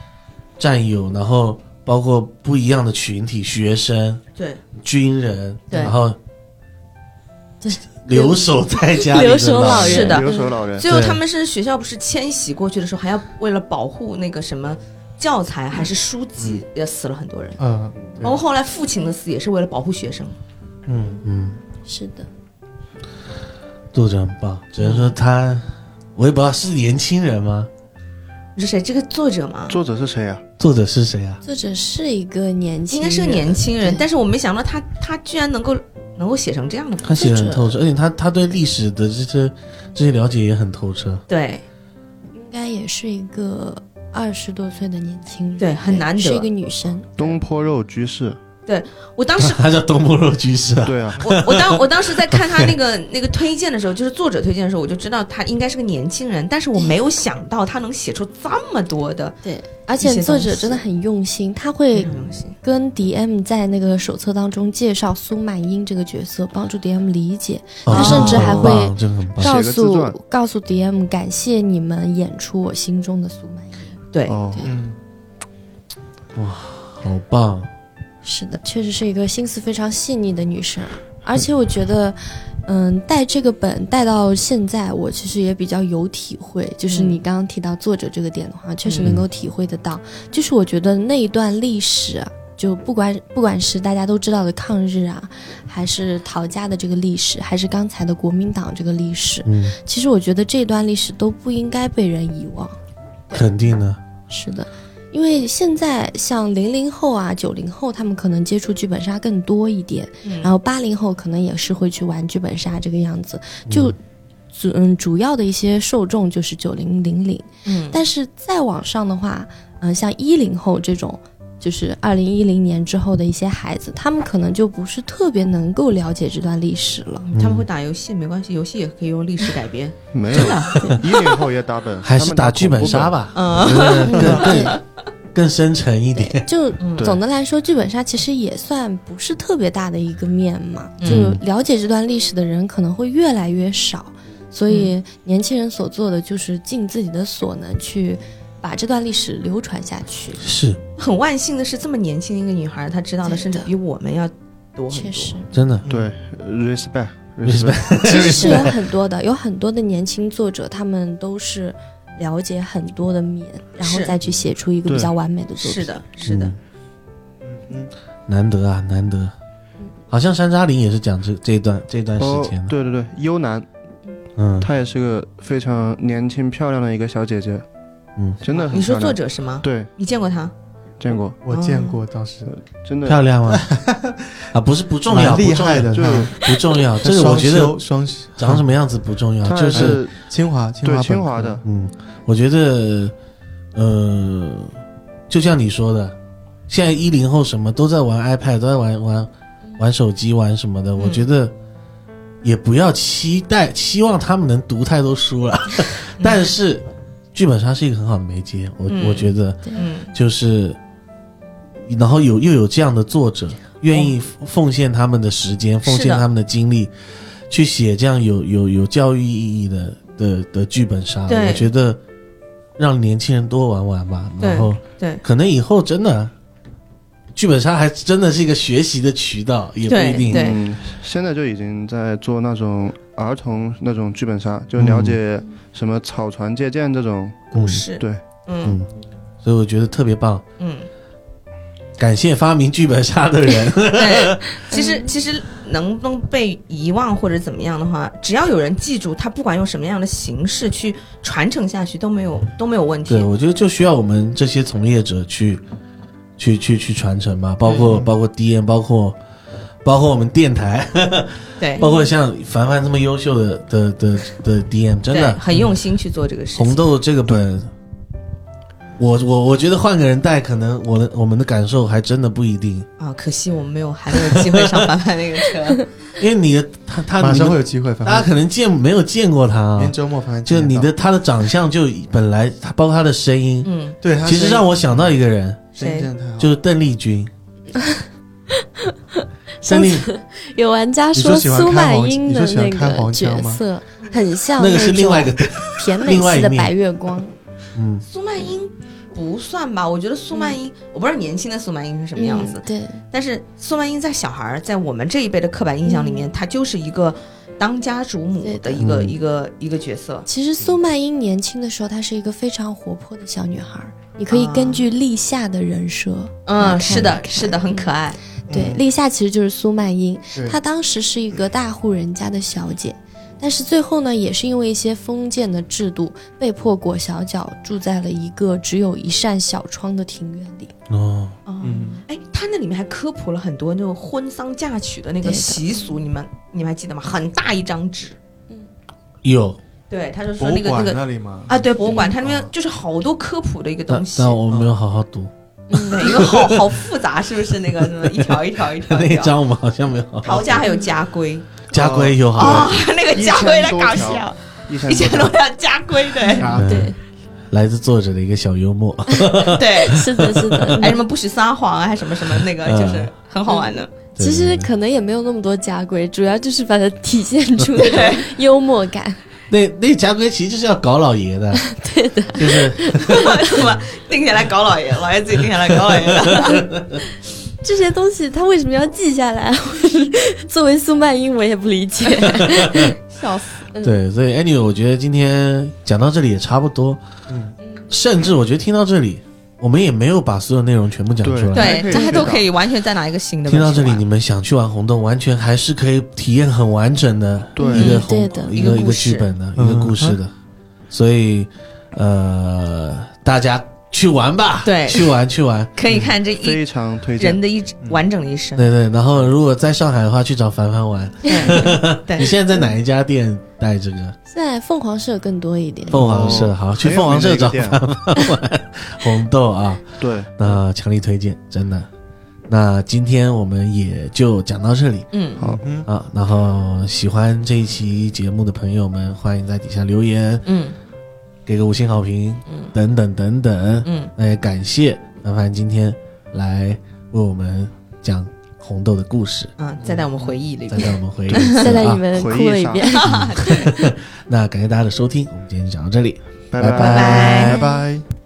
C: 战友，然后包括不一样的群体，学生、
D: 对
C: 军人，
D: 对
C: 然后
A: 对
C: 留守在家里的
A: 留守老人
D: 是的
F: 留守老人，
D: 最后他们是学校不是迁徙过去的时候，还要为了保护那个什么教材还是书籍，也死了很多人。
E: 呃，
D: 包括后来父亲的死也是为了保护学生。
C: 嗯嗯，
A: 是的，
C: 作者很棒，只能说他，我也不知道是年轻人吗？
D: 你是谁？这个作者吗？
F: 作者是谁啊？
C: 作者是谁啊？
A: 作者是一个年轻
D: 应
A: 人，
D: 该是个年轻人，
A: 对
D: 但是我没想到他他居然能够能够写成这样的。
C: 他写的
A: 作
C: 很
A: 者
C: 透彻，而且他他对历史的这些这些了解也很透彻。
D: 对，
A: 应该也是一个二十多岁的年轻人，
D: 对很难得
A: 是一个女生，
F: 东坡肉居士，
D: 我当时
C: 他叫东坡肉居士啊，
F: 对啊，
D: 我我当我当时在看他那个那个推荐的时候，就是作者推荐的时候，我就知道他应该是个年轻人，但是我没有想到他能写出这么多的
A: 对，而
D: 一
A: 且
D: 些
A: 作
D: 东
A: 者
D: 西
A: 真的很用心，他会
D: 东西。
A: 跟 DM 在那个手册当中介绍苏曼英这个角色，帮助 DM 理解，他
D: 甚至还
A: 会
C: 哦这个很棒，
F: 啊写
A: 告
F: 个自
A: 诉
F: 传
A: 告诉 DM 感谢你们演出我心中的苏曼英。
D: 对，
F: 哦，
E: 嗯，
C: 好棒！
A: 是的，确实是一个心思非常细腻的女生，啊而且我觉得，嗯，带这个本带到现在，我其实也比较有体会。就是
D: 嗯
A: 你刚刚提到作者这个点的话，确实能够体会得到。就是我觉得那一段历史啊。就不管不管是大家都知道的抗日啊，还是陶家的这个历史，还是刚才的国民党这个历史，
C: 嗯，
A: 其实我觉得这段历史都不应该被人遗忘。
C: 肯定的，
A: 是的，因为现在像零零后啊、九零后，他们可能接触剧本杀更多一点，然后八零后可能也是会去玩剧本杀这个样子。就主嗯主要的一些受众就是九零零零，
D: 嗯，
A: 但是再往上的话，嗯、像一零后这种。就是二零一零年之后的一些孩子，他们可能就不是特别能够了解这段历史了。
D: 他们会打游戏没关系，游戏也可以用历史改编。
F: 没有，一零后也打本，
C: 还是
F: 他们打
C: 打剧本杀
F: 吧。
C: 吧，
D: 嗯，
C: 更更更深沉一点。
A: 就
D: 嗯
F: 对
A: 总的来说，剧本杀其实也算不是特别大的一个面嘛，
D: 嗯
A: 就了解这段历史的人可能会越来越少，所
D: 嗯
A: 以年轻人所做的就是尽自己的所能去把这段历史流传下去。
C: 是，
D: 很万幸的是，这么年轻的一个女孩，她知道的甚至
A: 真的
D: 比我们要多很多。
A: 确 实，
C: 真的。
F: 对，respect respect，
A: 其实是有很多的，有很多的年轻作者，他们都是了解很多的面，然后
D: 是
A: 再去写出一个比
F: 对
A: 较完美的作品。
D: 是，的，是的，
F: 嗯
C: 难得啊，难得。好像山楂林也是讲这这一段这一段
F: 哦
C: 时间，的，
F: 对对对，幽兰
E: 哦
C: 嗯
F: 她也是个非常年轻漂亮的一个小姐姐，
C: 嗯，
F: 真的很
D: 你说
F: 漂亮
D: 作者是吗？
F: 对，
D: 你见过她？
F: 见过，
E: 我见过当时
F: 真的
C: 漂亮 吗？啊，不是不重要，
E: 蛮厉
C: 不重要
E: 害的，
F: 就
E: 他
C: 不重要，这个我觉得
E: 双修双
C: 长什
E: 么
C: 么样子不重要，
F: 她
C: 就
F: 还
C: 是
F: 是
E: 清华清华
F: 对
E: 本
F: 清华
E: 科
F: 的，
C: 嗯，我觉得，呃，就像你说的，现在一零后什么都在玩 iPad，都在玩玩玩手机玩什么的，
E: 嗯
C: 我觉得也不要期待期望他们能读太多书了，但是剧本杀是一个很好的媒介，我、
D: 嗯
C: 我觉得
D: 嗯，
C: 就是，然后有又有这样的作者愿意奉献他们的时间，奉
D: 是
C: 献
D: 的
C: 他们的精力，去写这样有有有教育意义的的的剧本杀，
D: 对
C: 我觉得让年轻人多玩玩吧，
D: 对
C: 然后
D: 对，
C: 可能以后真的。剧本杀还真的是一个学习的渠道，也不
D: 对
C: 一定。
D: 对
F: 嗯，现在就已经在做那种儿童那种剧本杀，就了解什么草船借箭这种，
C: 嗯，
D: 是，
F: 对，
D: 嗯
C: 嗯，所以我觉得特别棒。
D: 嗯，
C: 感谢发明剧本杀的人。
D: 对。其实其实能不能被遗忘或者怎么样的话，只要有人记住，他不管用什么样的形式去传承下去都没有都没有问
C: 对，
D: 题。
C: 我觉得就需要我们这些从业者去，去去去传承嘛，包括、包括 DM，包括包括我们电台，
D: 对
C: 包括像凡凡这么优秀的的的的 DM，真
D: 对，
C: 的嗯
D: 很用心去做这个事
C: 红
D: 情。
C: 豆这个本，我我我觉得换个人带，可能我的我们的感受还真的不一定，
D: 啊，可惜我们没有还没有机会上凡凡那个 车。
C: 因为你的他他
E: 马
C: 你
E: 上
C: 们
E: 会有机会，反
C: 大家
E: 正
C: 可能见没有见过他
E: 明
C: 啊
E: 天，周末反正
C: 就
E: 见
C: 你
E: 到
C: 的他的长相就本来他包括他的声音，
D: 嗯，
E: 对，他
C: 其实
E: 声
C: 让
E: 音
C: 我想到一个人，
E: 声音
D: 谁
E: 真的太好
C: 就是邓丽君。
A: 上
C: 邓
E: 嗯
C: 丽
A: 次有玩家
E: 你说喜欢
A: 苏
E: 开
A: 满
E: 黄
A: 英
E: 你
A: 的
E: 说喜欢
A: 那
E: 开
A: 个
E: 黄
A: 角
E: 腔吗
A: 色很像
C: 那个是另外一
A: 种
C: 个，
A: 甜美
C: 另外
A: 系
C: 一
A: 的
C: 面
A: 白月光，
C: 嗯，
D: 苏曼英不算吧？我觉得苏曼英，我不知道年轻的苏曼英是什么样子
A: 嗯，对，
D: 但是苏曼英在小孩儿，在我们这一辈的刻板印象里面，她就是一个当家主母的一个
C: 对的嗯
D: 一个一个角色。
A: 其实苏曼英年轻的时候，她是一个非常活泼的小女孩儿。你可以根据立夏的人设，
D: 嗯，
A: 看
D: 是
A: 啊看
D: 的，是的，很可爱。
E: 嗯
A: 对，立夏其实就是苏曼英
E: 对，
A: 她当时是一个大户人家的小姐，但是最后呢，也是因为一些封建的制度，被迫裹小脚住在了一个只有一扇小窗的庭院 里。
C: 哦，
E: 嗯，
D: 哎，她那里面还科普了很多那种婚丧嫁娶的那
A: 对
D: 个
A: 的
D: 习俗，你们你们还记得吗？很大一张纸，
C: 有。
D: 对，他就
E: 博
D: 说
E: 物
D: 那个那
E: 馆
D: 个
E: 那里嘛，
D: 啊，对，博物馆，它那边就是好多科普的一个
C: 但
D: 东西嗯
C: 但。我没有好好读
D: 对，因为好好复杂，是不是？那个什么一条一条一 条
C: 那
D: 一
C: 一
D: 条。
C: 章，我们好像没有好好。
D: 陶家还有家规
C: 家规有好
D: 啊
C: 好，，
D: 那个
F: 一
D: 家规
F: 千
D: 太
F: 多
D: 搞
F: 条
D: 笑，
F: 一千
D: 一千
F: 多
D: 多条家规，对
E: 啊
C: 嗯
A: 对，
C: 来自作者的一个小幽默。
D: 对，
A: 是的，是的。
D: 哎，什么不许撒谎啊，还什么什么那个，
C: 嗯
D: 就是很好玩的。
C: 对
A: 其实可能也没有那么多家规，主要就是把它体 现出那种幽默感。
C: 那那家规其实就是要搞老爷的，
A: 对的，
C: 就是
D: 什么定下来搞老爷，老爷自己定下来搞老爷 的。
A: 这些东西他为什么要记下来？啊 作为苏曼英，我也不理解，笑死。嗯，
C: 对。所以 anyway，我觉得今天讲到这里也差不多。
E: 嗯
C: 甚至我觉得听到这里，我们也没有把所有内容全部讲出来。
D: 对，大家都可以完全再拿一个新的
C: 听到这里，
D: 问
C: 你
D: 题
C: 们想去玩红豆，完全还是可以体验很完整的
F: 对
C: 一个
A: 嗯
C: 红
A: 对的
C: 一个
D: 一个
C: 一
D: 故
C: 个
D: 事
C: 剧本的、
E: 嗯
C: 一个故事的，所以呃，大家去玩吧，
D: 对
C: 去玩去玩，
D: 玩可以看这一
F: 非常推荐
D: 人。的一完整的一生。
C: 对对。然后如果在上海的话，去找凡凡玩。
D: 对
C: 你
D: 对，
C: 现在在哪一家店带这个？
A: 现在凤凰社更多一点。
C: 凤凰社，
F: 哦
C: 好，去
F: 很有
C: 凤凰社
F: 名的
C: 找
F: 一个
C: 凡凡玩红豆啊，
F: 对，
C: 那强力推荐，真的。那今天我们也就讲到这里。
D: 嗯，
F: 好，
C: 啊，然后喜欢这一期节目的朋友们，欢迎在底下留言，
D: 嗯
C: 给个五星好评，
D: 嗯
C: 等等等等。
D: 嗯，
C: 那也感谢啊、那反正今天来为我们讲红豆的故 事，
D: 嗯，再带我们回忆里
C: 再
D: 面。
C: 带我们回忆一次啊，
H: 再带你们
F: 回忆
H: 哭了一
F: 杀
H: 遍。
C: 那感谢大家的收听，我们今天就讲到这里。
F: 拜
C: 拜
F: 拜
E: 拜
D: 拜
E: 拜